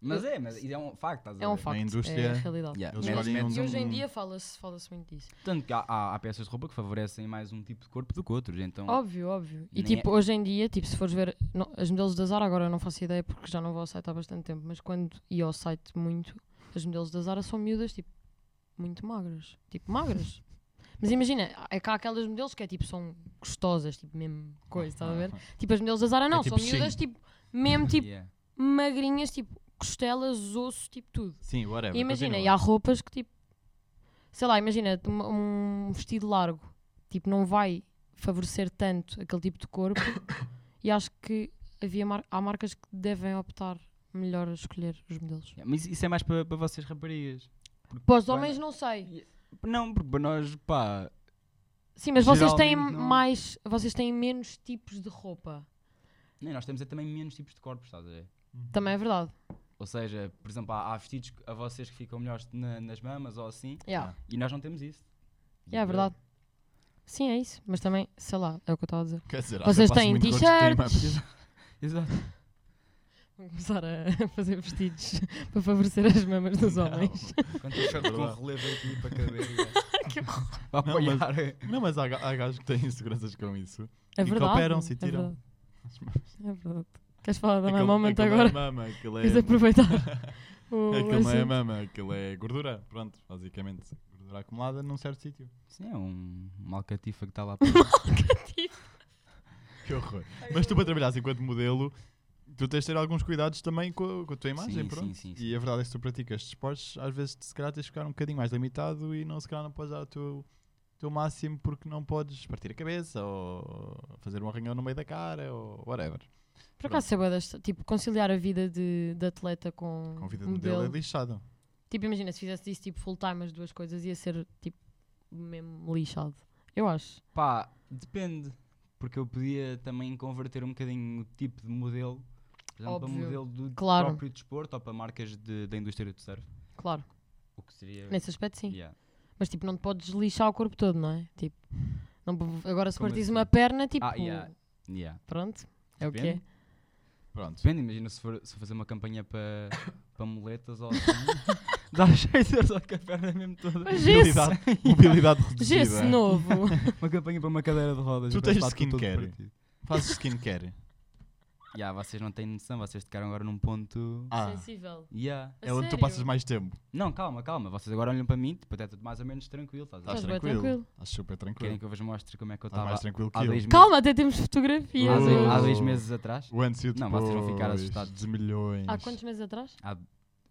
Speaker 4: Mas é, mas é um facto, estás a
Speaker 2: é um
Speaker 4: ver?
Speaker 2: facto, é
Speaker 3: indústria-
Speaker 2: a realidade.
Speaker 4: Yeah.
Speaker 3: Eles
Speaker 2: Mas-
Speaker 3: escolhem
Speaker 2: assim, E
Speaker 3: um-
Speaker 2: hoje em dia fala-se fala muito disso.
Speaker 4: Tanto que há, há- há peças de roupa que favorecem mais um tipo de corpo do que outros, então...
Speaker 2: Óbvio, óbvio. E
Speaker 4: Nem
Speaker 2: tipo,
Speaker 4: é-
Speaker 2: hoje em dia, tipo, se fores ver não, as modelos da Zara, agora eu não faço ideia porque já não vou ao site há bastante tempo, mas quando ia ao site muito, as modelos da Zara são miúdas, tipo, muito magras. Tipo, magras. Mas imagina, é cá aquelas modelos que é tipo, são gostosas, tipo, mesmo coisa, estás a ver? Tipo, as modelos da Zara não,
Speaker 3: É tipo
Speaker 2: são miúdas, tipo, mesmo tipo,
Speaker 4: Yeah.
Speaker 2: magrinhas, tipo, costelas, osso, tipo, tudo.
Speaker 3: Sim, whatever.
Speaker 2: E imagina, e
Speaker 3: continua.
Speaker 2: há roupas que tipo, sei lá, imagina uma- um vestido largo, tipo, não vai favorecer tanto aquele tipo de corpo. e acho que havia mar- há marcas que devem optar melhor a escolher os modelos.
Speaker 4: Yeah, mas isso é mais para vocês raparigas.
Speaker 2: Para os homens, não sei.
Speaker 4: Não, porque para nós, pá.
Speaker 2: Sim, mas vocês têm
Speaker 4: Geralmente não.
Speaker 2: mais, vocês têm menos tipos de roupa.
Speaker 4: nem nós temos é também menos tipos de corpos, estás a ver?
Speaker 2: Também é verdade.
Speaker 4: Ou seja, por exemplo, há, há vestidos que- a vocês que ficam melhores na- nas mamas ou assim,
Speaker 2: Yeah.
Speaker 4: e nós não temos isso.
Speaker 2: Yeah, é verdade. Sim, é isso. Mas também, sei lá, é o que eu estava a dizer.
Speaker 3: Quer dizer, há
Speaker 2: Vocês
Speaker 3: rapazes
Speaker 2: têm
Speaker 3: muito gordos que têm
Speaker 2: t-shirts.
Speaker 3: mamas.
Speaker 4: Exato.
Speaker 2: Vão começar a fazer vestidos para favorecer as mamas dos homens.
Speaker 4: Quanto short com
Speaker 3: Verdade.
Speaker 4: relevo aqui para caber. é.
Speaker 2: Que
Speaker 4: para
Speaker 3: Não, mas-
Speaker 4: apoiar.
Speaker 3: Não, mas há, ga- há gajos que têm inseguranças com isso.
Speaker 2: É
Speaker 3: E que
Speaker 2: verdade.
Speaker 3: operam-se e
Speaker 2: é
Speaker 3: tiram.
Speaker 2: verdade. É verdade. Queres falar da My
Speaker 3: Aquele-
Speaker 2: Moment
Speaker 3: aquele
Speaker 2: agora?
Speaker 3: É mama, aquele
Speaker 2: Queres
Speaker 3: é,
Speaker 2: aproveitar? o assim,
Speaker 3: aquele não é
Speaker 2: assunto?
Speaker 3: mama, aquele é gordura. Pronto, basicamente, gordura acumulada num certo sítio.
Speaker 4: Sim, é um uma alcatifa que está lá para.
Speaker 3: Que horror. Mas tu para trabalhares enquanto modelo, tu tens de ter alguns cuidados também com a, com a tua imagem,
Speaker 4: Sim,
Speaker 3: pronto.
Speaker 4: sim, sim, sim.
Speaker 3: E a verdade é que se tu praticas desportos, às vezes se calhar tens de ficar um bocadinho mais limitado e não se calhar não podes dar o teu, teu máximo porque não podes partir a cabeça ou fazer um arranhão no meio da cara ou whatever.
Speaker 2: Por acaso, sei bué desta- tipo, conciliar a vida de, de atleta com,
Speaker 3: Com a vida de modelo,
Speaker 2: modelo.
Speaker 3: é lixado.
Speaker 2: Tipo, imagina, se fizesse isso tipo, full time as duas coisas, ia ser tipo mesmo lixado. Eu acho.
Speaker 4: Pá, depende. Porque eu podia também converter um bocadinho o tipo de modelo. Por exemplo, para
Speaker 2: Óbvio.
Speaker 4: modelo do
Speaker 2: Claro.
Speaker 4: próprio desporto ou para marcas de- da indústria do surf.
Speaker 2: Claro.
Speaker 4: O que seria.
Speaker 2: Nesse aspecto, sim.
Speaker 4: Yeah.
Speaker 2: Mas tipo, não te podes lixar o corpo todo, não é? Tipo, não, agora se
Speaker 4: Como
Speaker 2: partires
Speaker 4: assim?
Speaker 2: uma perna, tipo.
Speaker 4: Ah, yeah. Yeah.
Speaker 2: Pronto. É o que é.
Speaker 4: Depende.
Speaker 3: Pronto.
Speaker 4: Depende, imagina se for, se fazer uma campanha para para moletas ou assim. Dá jeito, só que a perna é mesmo toda.
Speaker 2: Mas gesso,
Speaker 3: Mobilidade, mobilidade reduzida.
Speaker 2: gesso
Speaker 3: é?
Speaker 2: novo.
Speaker 4: Uma campanha para uma cadeira de rodas.
Speaker 3: Tu
Speaker 4: e parece
Speaker 3: tens
Speaker 4: lá tudo todo
Speaker 3: skincare?
Speaker 4: partido.
Speaker 3: Fazes skincare.
Speaker 4: Yeah, vocês não têm noção, vocês ficaram agora num ponto.
Speaker 3: Ah,
Speaker 2: Sensível.
Speaker 4: Yeah.
Speaker 2: A
Speaker 3: é onde tu
Speaker 2: sério?
Speaker 3: passas mais tempo.
Speaker 4: Não, calma, calma. Vocês agora olham para mim, tipo, até tudo mais ou menos tranquilo. Estás a ver?
Speaker 3: Estás
Speaker 2: Estás bem
Speaker 3: tranquilo.
Speaker 2: tranquilo.
Speaker 3: Estás super
Speaker 4: Querem
Speaker 3: tranquilo.
Speaker 4: que eu vos mostre como é que eu
Speaker 3: Estás
Speaker 4: estava
Speaker 3: mais tranquilo que
Speaker 4: há
Speaker 3: eu.
Speaker 4: dois meses.
Speaker 2: Hum. Calma, até temos fotografias.
Speaker 4: Há dois, há
Speaker 3: Oh.
Speaker 4: dois meses atrás.
Speaker 3: O antes e o
Speaker 4: Não,
Speaker 3: depois.
Speaker 4: vocês vão ficar assustados.
Speaker 3: De milhões.
Speaker 2: Há Ah, quantos meses atrás?
Speaker 4: Há-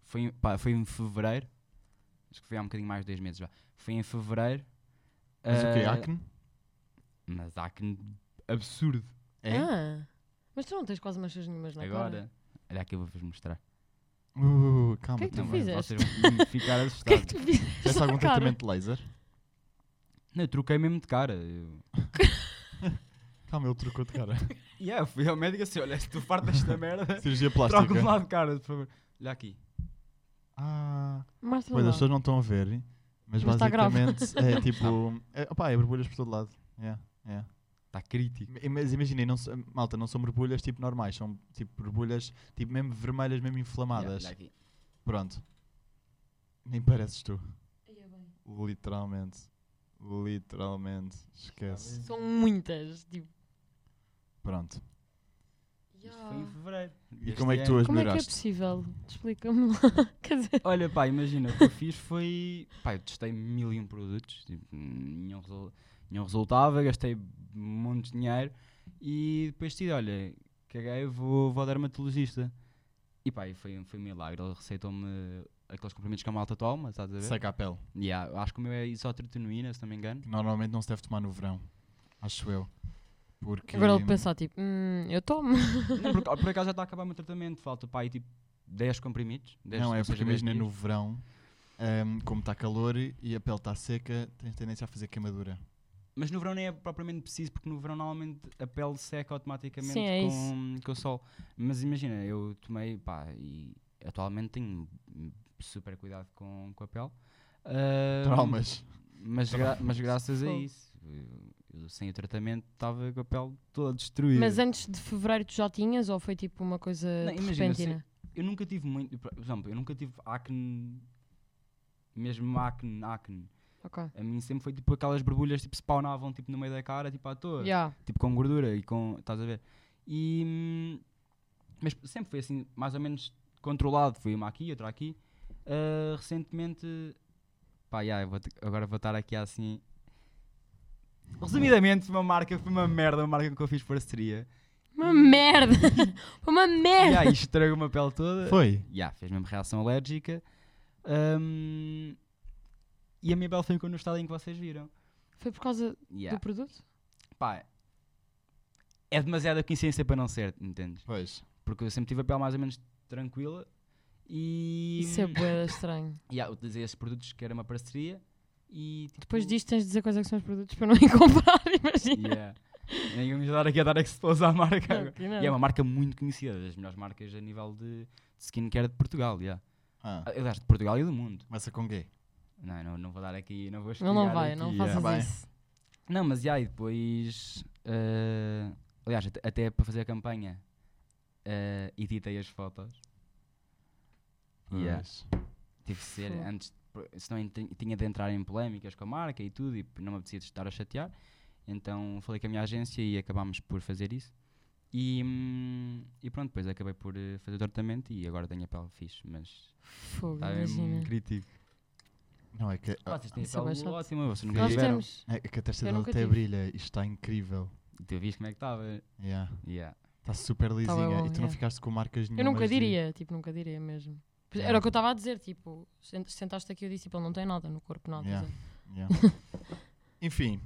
Speaker 4: foi, em- pá, foi em fevereiro. Acho que foi há um bocadinho mais de dois meses já. Foi em fevereiro.
Speaker 3: Mas o quê?
Speaker 4: ah,
Speaker 3: Acne?
Speaker 4: Mas acne absurdo.
Speaker 3: É?
Speaker 2: Ah. Mas tu não tens quase manchas nenhumas na cara.
Speaker 4: Agora, olha aqui, eu vou-vos mostrar.
Speaker 3: Uh, calma.
Speaker 2: que é que tu
Speaker 3: calma.
Speaker 4: mas
Speaker 2: fizeste?
Speaker 4: Vocês vão ficar
Speaker 2: O que é
Speaker 4: assustados.
Speaker 2: que tu fizeste?
Speaker 3: Fizeste
Speaker 2: na
Speaker 3: algum
Speaker 2: cara?
Speaker 3: tratamento de laser?
Speaker 4: Não, eu troquei mesmo de cara. Eu...
Speaker 3: Calma, ele trocou de cara.
Speaker 4: Yeah, eu fui ao médico assim: olha, se tu fartas da merda,
Speaker 3: Cirurgia
Speaker 4: troca-me
Speaker 3: plástica.
Speaker 4: lá de cara, por favor. Olha aqui.
Speaker 3: Ah,
Speaker 2: Mostra
Speaker 3: pois
Speaker 2: lá.
Speaker 3: as pessoas não estão a ver, mas,
Speaker 2: Mas tá grave.
Speaker 3: basicamente é tipo. É, opá, é borbulhas por todo lado. Yeah, yeah.
Speaker 4: Está tá crítico.
Speaker 3: I- Mas imaginem, não, são- malta, não são borbulhas tipo normais, são tipo borbulhas tipo mesmo vermelhas, mesmo
Speaker 4: Yeah,
Speaker 3: inflamadas.
Speaker 4: olha aqui.
Speaker 3: Pronto. Nem pareces tu.
Speaker 2: Ai, é bem.
Speaker 3: Literalmente.
Speaker 2: Tá
Speaker 3: Literalmente. Esquece.
Speaker 2: São muitas. Tipo,
Speaker 3: Pronto.
Speaker 4: Isto foi em fevereiro.
Speaker 3: E
Speaker 4: deste
Speaker 3: como é que tu
Speaker 4: ano.
Speaker 3: as
Speaker 2: Como é que é
Speaker 3: melhoraste?
Speaker 2: possível? Explica-me lá. Quer dizer,
Speaker 4: Olha, pá, imagina, o que eu fiz foi. Pá, eu testei mil e um produtos, tipo, nenhum, resol- nenhum resultava, gastei montes de dinheiro e depois decidi, olha, caguei, vou, vou ao dermatologista. E pá, e foi, foi um milagre, ele receitou-me aqueles comprimidos que a malta toma, estás a ver?
Speaker 3: Seca a pele.
Speaker 4: Yeah, acho que o meu é isotretinoína, se não me engano.
Speaker 3: Que normalmente não se deve tomar no verão. Acho eu. Porque.
Speaker 2: agora ele pensar, tipo, hum, eu tomo.
Speaker 4: não, por, por acaso já está a acabar o meu tratamento, falta pá, aí tipo 10 comprimidos. 10,
Speaker 3: Não, é
Speaker 4: ou seja,
Speaker 3: porque
Speaker 4: 10
Speaker 3: imagina
Speaker 4: dias.
Speaker 3: no verão, ahm, como está calor e a pele está seca, tens tendência a fazer queimadura.
Speaker 4: Mas no verão nem é propriamente preciso, porque no verão normalmente a pele seca automaticamente
Speaker 2: Sim, é
Speaker 4: com, com o sol. Mas imagina, eu tomei, pá, e atualmente tenho super cuidado com, com a pele. Ah,
Speaker 3: Traumas.
Speaker 4: Mas, gra- mas graças a
Speaker 2: Fogo.
Speaker 4: isso, eu- eu sem o tratamento estava com a pele toda destruída.
Speaker 2: Mas é- antes de fevereiro tu já tinhas ou foi tipo uma coisa
Speaker 4: Não,
Speaker 2: de
Speaker 4: imagina,
Speaker 2: repentina?
Speaker 4: Eu nunca tive muito, por exemplo, eu nunca tive acne, mesmo acne, acne.
Speaker 2: Ok.
Speaker 4: A mim sempre foi tipo aquelas borbulhas tipo spawnavam tipo, no meio da cara, tipo à toa.
Speaker 2: Yeah.
Speaker 4: tipo com gordura e com. estás a ver? E. hum, Mas sempre foi assim, mais ou menos controlado. Foi uma aqui, outra aqui. Ah, recentemente. pá, já, eu vou te- agora vou estar aqui assim. Resumidamente, uma marca foi uma merda, uma marca que eu fiz parceria.
Speaker 2: Uma
Speaker 4: Hum.
Speaker 2: merda! uma merda!
Speaker 4: E aí estragou uma pele toda.
Speaker 3: Foi.
Speaker 4: Já, fez mesmo reação alérgica. Hum, e a minha pele ficou no estado em que vocês viram.
Speaker 2: Foi por causa
Speaker 4: Ya.
Speaker 2: do produto?
Speaker 4: Pá, é demasiada coincidência para não ser, entendes?
Speaker 3: Pois.
Speaker 4: porque eu sempre tive a pele mais ou menos tranquila e
Speaker 2: Isso é boeda estranho.
Speaker 4: Yeah, utilizei esses produtos que era uma parceria e tipo,
Speaker 2: Depois disto tens de dizer quais é que são os produtos para não ir comprar, imagina.
Speaker 4: yeah. nem vamos dar aqui a dar expose à marca
Speaker 2: Não,
Speaker 4: agora.
Speaker 2: que não.
Speaker 4: e é uma marca muito conhecida das melhores marcas a nível de, de skincare de Portugal yeah.
Speaker 3: Ah,
Speaker 4: aliás de Portugal e do mundo
Speaker 3: começa com gay.
Speaker 4: não, não, não vou dar aqui não vou
Speaker 2: Ele não
Speaker 4: explicar
Speaker 2: vai,
Speaker 4: aqui,
Speaker 2: não
Speaker 3: yeah.
Speaker 2: faças
Speaker 3: Vai.
Speaker 2: isso.
Speaker 4: Não, mas e aí depois. eh, aliás, até, até para fazer a campanha, eh, editei as fotos. Yeah.
Speaker 3: Pois.
Speaker 4: Tive de ser
Speaker 2: Fogo.
Speaker 4: antes, de- senão en- tin- tinha de entrar em polémicas com a marca e tudo, e não me apetecia de estar a chatear. Então falei com a minha agência e acabámos por fazer isso. E, hum, e pronto, depois acabei por eh, fazer o tratamento e agora tenho a pele fixe, mas
Speaker 2: Fogo,
Speaker 3: Tá
Speaker 4: está mesmo
Speaker 2: imagina.
Speaker 4: crítico.
Speaker 3: Não, é que, a,
Speaker 4: Vocês têm a
Speaker 2: Isso é bem
Speaker 4: pele
Speaker 2: chato.
Speaker 4: ótima, vocês nunca
Speaker 2: Nós
Speaker 3: Tiveram.
Speaker 4: tiveram.
Speaker 2: temos.
Speaker 3: é que a testa
Speaker 2: Eu
Speaker 3: dele
Speaker 2: nunca
Speaker 3: até
Speaker 2: tive.
Speaker 3: brilha. Isto está incrível.
Speaker 4: Tu viste como é que estava?
Speaker 3: Yeah.
Speaker 4: Yeah.
Speaker 3: Está super lisinha.
Speaker 2: Tá bem bom,
Speaker 3: e tu não
Speaker 2: yeah.
Speaker 3: ficaste com marcas nenhuma.
Speaker 2: Eu nunca diria, tipo, nunca diria mesmo. Pois, Era o que eu estava a dizer, tipo, sent- sentaste aqui e eu disse, tipo, ele não tem nada no corpo, nada.
Speaker 3: Yeah.
Speaker 2: zero.
Speaker 3: Enfim,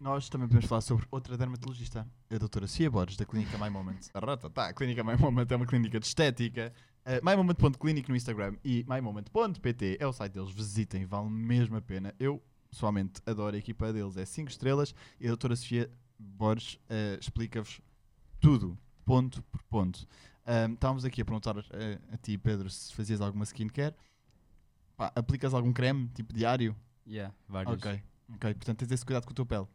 Speaker 3: nós também podemos falar sobre outra dermatologista, a doutora Cia Borges, da Clínica My Moment. A rata, tá, a Clínica My Moment é uma clínica de estética. Uh, MyMoment.clinic no Instagram e mymoment.pt é o site deles. Visitem, vale mesmo a pena. Eu, pessoalmente, adoro a equipa deles. É 5 estrelas e a doutora Sofia Borges uh, explica-vos tudo, ponto por ponto. Um, estávamos aqui a perguntar uh, a ti, Pedro, se fazias alguma skincare. Pá, aplicas algum creme, tipo diário?
Speaker 4: Yeah, vários.
Speaker 3: Ok, ok. Portanto, tens esse cuidado com a tua pele.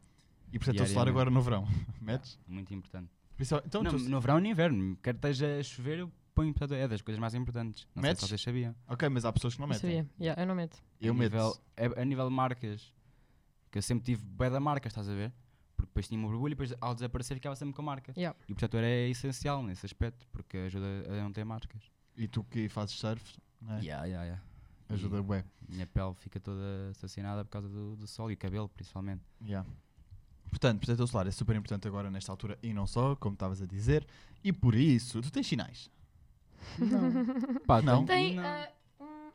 Speaker 3: E portanto, o solar
Speaker 4: Diariamente.
Speaker 3: agora no verão. Metes?
Speaker 4: Muito importante.
Speaker 3: Por isso, então,
Speaker 4: Não,
Speaker 3: tu-
Speaker 4: no verão e no inverno, quer esteja a chover, eu ponho portanto, é das coisas mais importantes. Não
Speaker 3: Metes?
Speaker 4: sei se vocês sabiam.
Speaker 3: ok, mas há pessoas que não
Speaker 2: Não
Speaker 3: metem.
Speaker 2: sabia. Yeah, eu não meto.
Speaker 3: Eu
Speaker 4: a
Speaker 3: meto.
Speaker 4: nível, a, a nível de marcas, que eu sempre tive bué da marcas, estás a ver? Porque depois tinha uma borbulha e depois ao desaparecer ficava sempre com a marca.
Speaker 2: Yeah.
Speaker 4: E portanto era essencial nesse aspecto, porque ajuda a não ter marcas.
Speaker 3: E tu que fazes surf, não é?
Speaker 4: Yeah, yeah, yeah.
Speaker 3: ajuda
Speaker 4: Yeah.
Speaker 3: bué.
Speaker 4: Minha pele fica toda estacionada por causa do, do sol e o cabelo, principalmente.
Speaker 3: Yeah. Portanto, protetor solar é super importante agora nesta altura e não só, como estavas a dizer. E por isso, tu tens sinais.
Speaker 4: Pá,
Speaker 3: Não?
Speaker 2: Tem.
Speaker 4: Não.
Speaker 2: ah, um-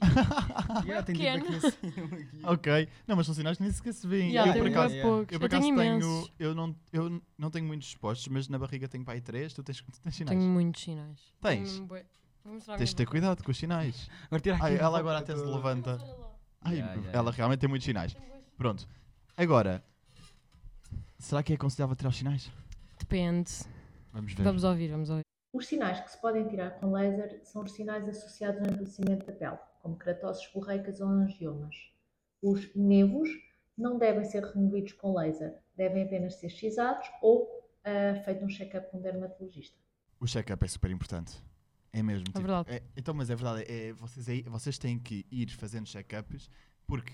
Speaker 3: Ah,
Speaker 4: Yeah, tem tipo
Speaker 2: pequeno.
Speaker 4: aqui assim, aqui.
Speaker 3: Ok. Não, mas são sinais que nem sequer se vêem.
Speaker 2: Yeah,
Speaker 3: eu,
Speaker 2: tem
Speaker 3: por
Speaker 2: bué
Speaker 3: acaso,
Speaker 4: yeah.
Speaker 2: poucos.
Speaker 3: eu,
Speaker 2: Eu,
Speaker 3: por acaso
Speaker 2: tenho
Speaker 3: tenho.
Speaker 2: imensos.
Speaker 3: Eu não, eu n- não tenho muitos postos, mas na barriga tenho pai três. Tu tens, tu tens sinais.
Speaker 2: Tenho um muitos sinais.
Speaker 3: Tens.
Speaker 2: Tenho bué. Vou mostrar a
Speaker 3: Tens de ter
Speaker 2: minha
Speaker 3: cuidado com os sinais.
Speaker 4: Agora tira aqui
Speaker 3: Ai,
Speaker 4: um
Speaker 3: ela
Speaker 4: pouco
Speaker 3: agora
Speaker 4: a
Speaker 3: até se
Speaker 4: tua-
Speaker 3: levanta. Ai,
Speaker 4: Yeah, yeah,
Speaker 3: ela
Speaker 4: yeah.
Speaker 3: realmente tem muitos sinais. Pronto. Agora, será que é aconselhável tirar os sinais?
Speaker 2: boca. Depende.
Speaker 3: Vamos ver.
Speaker 2: Vamos ouvir, vamos ouvir.
Speaker 5: Os sinais que se podem tirar com laser são os sinais associados ao envelhecimento da pele, como queratoses borreicas ou angiomas. Os nevos não devem ser removidos com laser, devem apenas ser xisados ou ah, feito um check-up com um dermatologista.
Speaker 3: O check-up é super importante. É mesmo. tipo,
Speaker 2: verdade.
Speaker 3: é- então, mas é verdade. É, vocês, aí- vocês têm que ir fazendo check-ups porque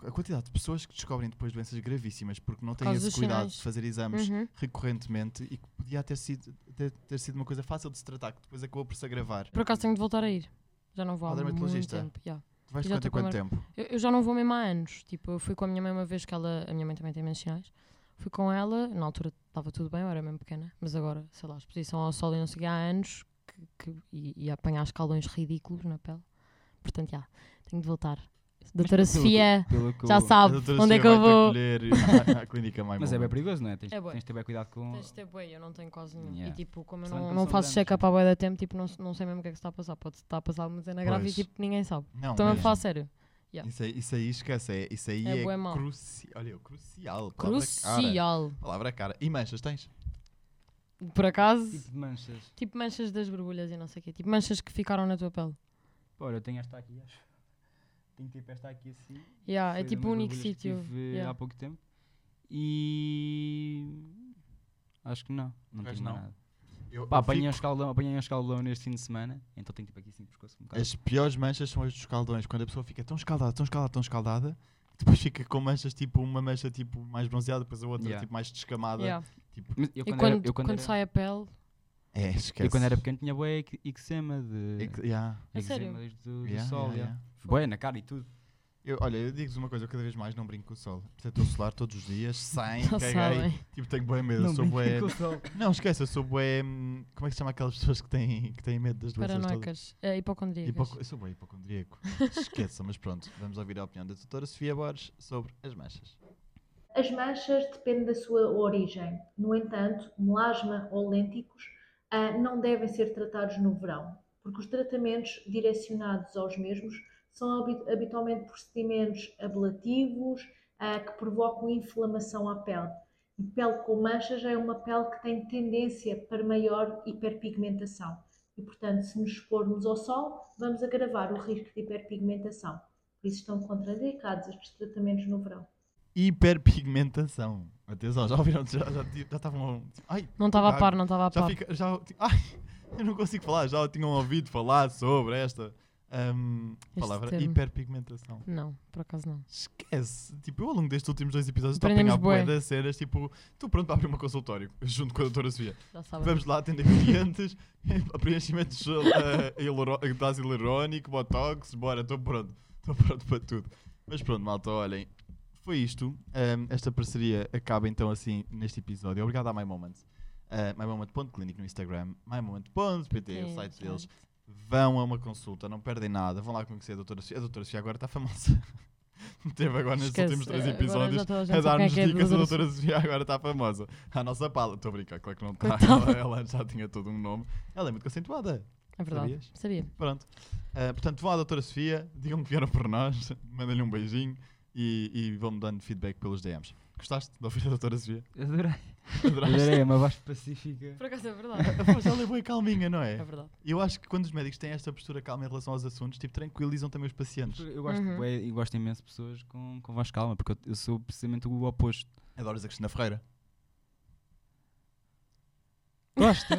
Speaker 3: a quantidade de pessoas que descobrem depois doenças gravíssimas porque não têm
Speaker 2: causa
Speaker 3: esse
Speaker 2: dos
Speaker 3: cuidado
Speaker 2: sinais.
Speaker 3: de fazer exames
Speaker 2: Uhum.
Speaker 3: recorrentemente e que podia ter sido, ter, ter sido uma coisa fácil de se tratar, que depois acabou por se agravar.
Speaker 2: Por acaso tenho de voltar a ir. Já não vou há
Speaker 3: Ao
Speaker 2: muito
Speaker 3: dermatologista?
Speaker 2: tempo. já.
Speaker 3: Tu vais
Speaker 2: já
Speaker 3: quanto
Speaker 2: estou
Speaker 3: a quanto
Speaker 2: com
Speaker 3: tempo?
Speaker 2: Eu, eu já não vou mesmo há anos. Tipo, eu fui com a minha mãe uma vez que ela. A minha mãe também tem menos sinais. Fui com ela, na altura estava tudo bem, eu era mesmo pequena, mas agora, sei lá, exposição ao sol e não sei o quê, há anos que, que- e, e apanhar escalões ridículos na pele. Portanto, já, tenho de voltar. Doutora
Speaker 4: Mas pelo que-
Speaker 2: Sofia,
Speaker 4: pelo que
Speaker 2: já
Speaker 4: eu-
Speaker 3: A
Speaker 2: sabe
Speaker 3: doutora
Speaker 2: onde é
Speaker 3: Sofia
Speaker 2: que eu
Speaker 3: vai te
Speaker 2: vou.
Speaker 3: acolher à- à clínica Mãe
Speaker 4: Mas é bem
Speaker 3: Momento.
Speaker 4: perigoso, não é? Tens,
Speaker 2: É bué.
Speaker 4: tens de ter bem cuidado com.
Speaker 2: Tens de ter bué, eu não tenho quase nenhum.
Speaker 4: Yeah.
Speaker 2: E tipo, como eu
Speaker 4: Só não
Speaker 2: não,
Speaker 4: quando
Speaker 2: não
Speaker 4: são
Speaker 2: faço
Speaker 4: grandes,
Speaker 2: check-up há bué da tempo, tipo, não, não sei mesmo o que é que se está a passar. Pode estar a passar uma cena grave
Speaker 3: Pois.
Speaker 2: e tipo, ninguém sabe.
Speaker 3: Não, é.
Speaker 2: Estou mesmo a
Speaker 3: mesmo.
Speaker 2: falar sério. Yeah.
Speaker 3: Isso aí, isso aí esquece, é- isso aí
Speaker 2: Então. É
Speaker 3: é,
Speaker 2: bué mau.
Speaker 3: crucial. Olha, eu, crucial. palavra é cara.
Speaker 2: Crucial.
Speaker 3: Palavra cara. E manchas tens?
Speaker 2: Por acaso,
Speaker 4: Tipo de manchas.
Speaker 2: tipo manchas das borbulhas e não sei o quê. Tipo manchas que ficaram na tua pele.
Speaker 4: Olha, eu tenho esta aqui, acho. Tenho tipo esta aqui assim.
Speaker 2: Yeah,
Speaker 4: Foi
Speaker 2: é
Speaker 4: das
Speaker 2: tipo o único
Speaker 4: minhas borbulhas que
Speaker 2: sítio.
Speaker 4: tive, eh,
Speaker 2: Yeah.
Speaker 4: Há pouco tempo. E. Acho que não.
Speaker 3: Acho
Speaker 4: Não tenho mais
Speaker 3: não.
Speaker 4: nada.
Speaker 3: Eu,
Speaker 4: Pá,
Speaker 3: eu
Speaker 4: apanhei um
Speaker 3: fico-
Speaker 4: escaldão, apanhei um escaldão neste fim de semana. Então tenho tipo aqui assim o pescoço um bocado.
Speaker 3: As piores manchas são as dos escaldões, quando a pessoa fica tão escaldada, tão escaldada, tão escaldada, que depois fica com manchas, tipo uma mancha tipo mais bronzeada, depois a outra
Speaker 4: Yeah.
Speaker 3: tipo mais descamada.
Speaker 2: Yeah.
Speaker 3: Tipo,
Speaker 4: Mas eu
Speaker 2: E
Speaker 4: quando,
Speaker 2: quando,
Speaker 4: era, eu quando
Speaker 2: quando
Speaker 4: era-
Speaker 2: sai a pele,
Speaker 3: é,
Speaker 4: eu
Speaker 3: esquece.
Speaker 4: quando era pequeno tinha bué ec- eczema de.
Speaker 3: É que- yeah,
Speaker 2: A sério?
Speaker 4: eczema desde do, do
Speaker 3: yeah,
Speaker 4: sol,
Speaker 3: yeah,
Speaker 4: yeah.
Speaker 3: yeah.
Speaker 4: Bué na cara e tudo.
Speaker 3: Eu, olha, eu digo-vos uma coisa, eu cada vez mais não brinco com o sol. Protetor solar todos os dias, saem,
Speaker 2: já
Speaker 3: caguei.
Speaker 2: sabem.
Speaker 3: Tipo, tenho bué medo, eu sou bué...
Speaker 4: brinquem com o sol.
Speaker 3: Não, esquece, eu sou bué... hum, Como é que se chama aquelas pessoas que têm, que têm medo das doenças todas?
Speaker 2: Paranoicas. eh, Hipocondríacas.
Speaker 3: Hipoco- Eu sou bué hipocondríaco. Esqueça, mas pronto, vamos ouvir a opinião da doutora Sofia Borges sobre as manchas.
Speaker 5: As manchas dependem da sua origem. No entanto, melasma ou lênticos ah, não devem ser tratados no verão, porque os tratamentos direcionados aos mesmos são habi- habitualmente procedimentos ablativos ah, que provocam inflamação à pele. E pele com manchas é uma pele que tem tendência para maior hiperpigmentação. E, portanto, se nos expormos ao sol, vamos agravar o risco de hiperpigmentação. Por isso estão contraindicados estes tratamentos no verão.
Speaker 3: hiperpigmentação. Atenção, já ouviram? Já já- já estavam. ai,
Speaker 2: Não estava a
Speaker 3: já-
Speaker 2: par, não estava a
Speaker 3: Já
Speaker 2: par.
Speaker 3: fica. Já, ai, eu não consigo falar, já tinham ouvido falar sobre esta ahm,
Speaker 2: Este
Speaker 3: palavra
Speaker 2: termo.
Speaker 3: hiperpigmentação.
Speaker 2: Não, por acaso não.
Speaker 3: Esquece. Tipo, eu ao longo destes últimos dois episódios estou a
Speaker 2: Aprendemos
Speaker 3: apanhar bué
Speaker 2: bué.
Speaker 3: das cenas. Tipo, estou pronto para abrir um consultório junto com a doutora Sofia.
Speaker 2: Já sabem.
Speaker 3: Ah, Vamos lá atender clientes, preenchimento de gel, eh, hialuro- de ácido hialurónico, botox, bora, estou pronto. Estou pronto para tudo. Mas pronto, malta, olhem. Foi isto. Ahm, esta parceria acaba então assim neste episódio. Obrigado à My Moment. Uh, MyMoment.clinic no Instagram, MyMoment.pt, o
Speaker 2: Sim,
Speaker 3: site
Speaker 2: sim.
Speaker 3: deles. Vão a uma consulta, não perdem nada. Vão lá conhecer a doutora Sofia. A doutora Sofia agora está famosa. Teve agora nestes
Speaker 2: Esquece,
Speaker 3: últimos três
Speaker 2: eh, agora
Speaker 3: episódios
Speaker 2: já toda a gente sabe
Speaker 3: a
Speaker 2: quem é
Speaker 3: dar-nos
Speaker 2: que é a
Speaker 3: dicas, a
Speaker 2: doutora
Speaker 3: doutora Sofia agora está famosa. A nossa pala. Estou a brincar, claro que não está.
Speaker 2: Coitada.
Speaker 3: Ela, ela já tinha todo um nome. Ela é muito concentrada.
Speaker 2: É verdade.
Speaker 3: Sabias?
Speaker 2: Sabia.
Speaker 3: Pronto. Ah, portanto, vão à doutora Sofia, digam que vieram por nós, mandem-lhe um beijinho e, e vão-me dando feedback pelos DMs. Gostaste de ouvir a doutora Sofia?
Speaker 4: Adorei.
Speaker 3: Adoraste?
Speaker 4: Adorei, é uma voz pacífica.
Speaker 2: Por acaso é verdade.
Speaker 3: A voz dela é boa e calminha, não
Speaker 2: É
Speaker 3: é?
Speaker 2: verdade.
Speaker 3: Eu acho que quando os médicos têm esta postura calma em relação aos assuntos, tipo, tranquilizam também os pacientes.
Speaker 4: Eu gosto,
Speaker 2: Uhum.
Speaker 4: bué e gosto imenso de pessoas com, com voz calma, porque eu, eu sou precisamente o oposto.
Speaker 3: Adoras a Cristina Ferreira.
Speaker 4: Gosto.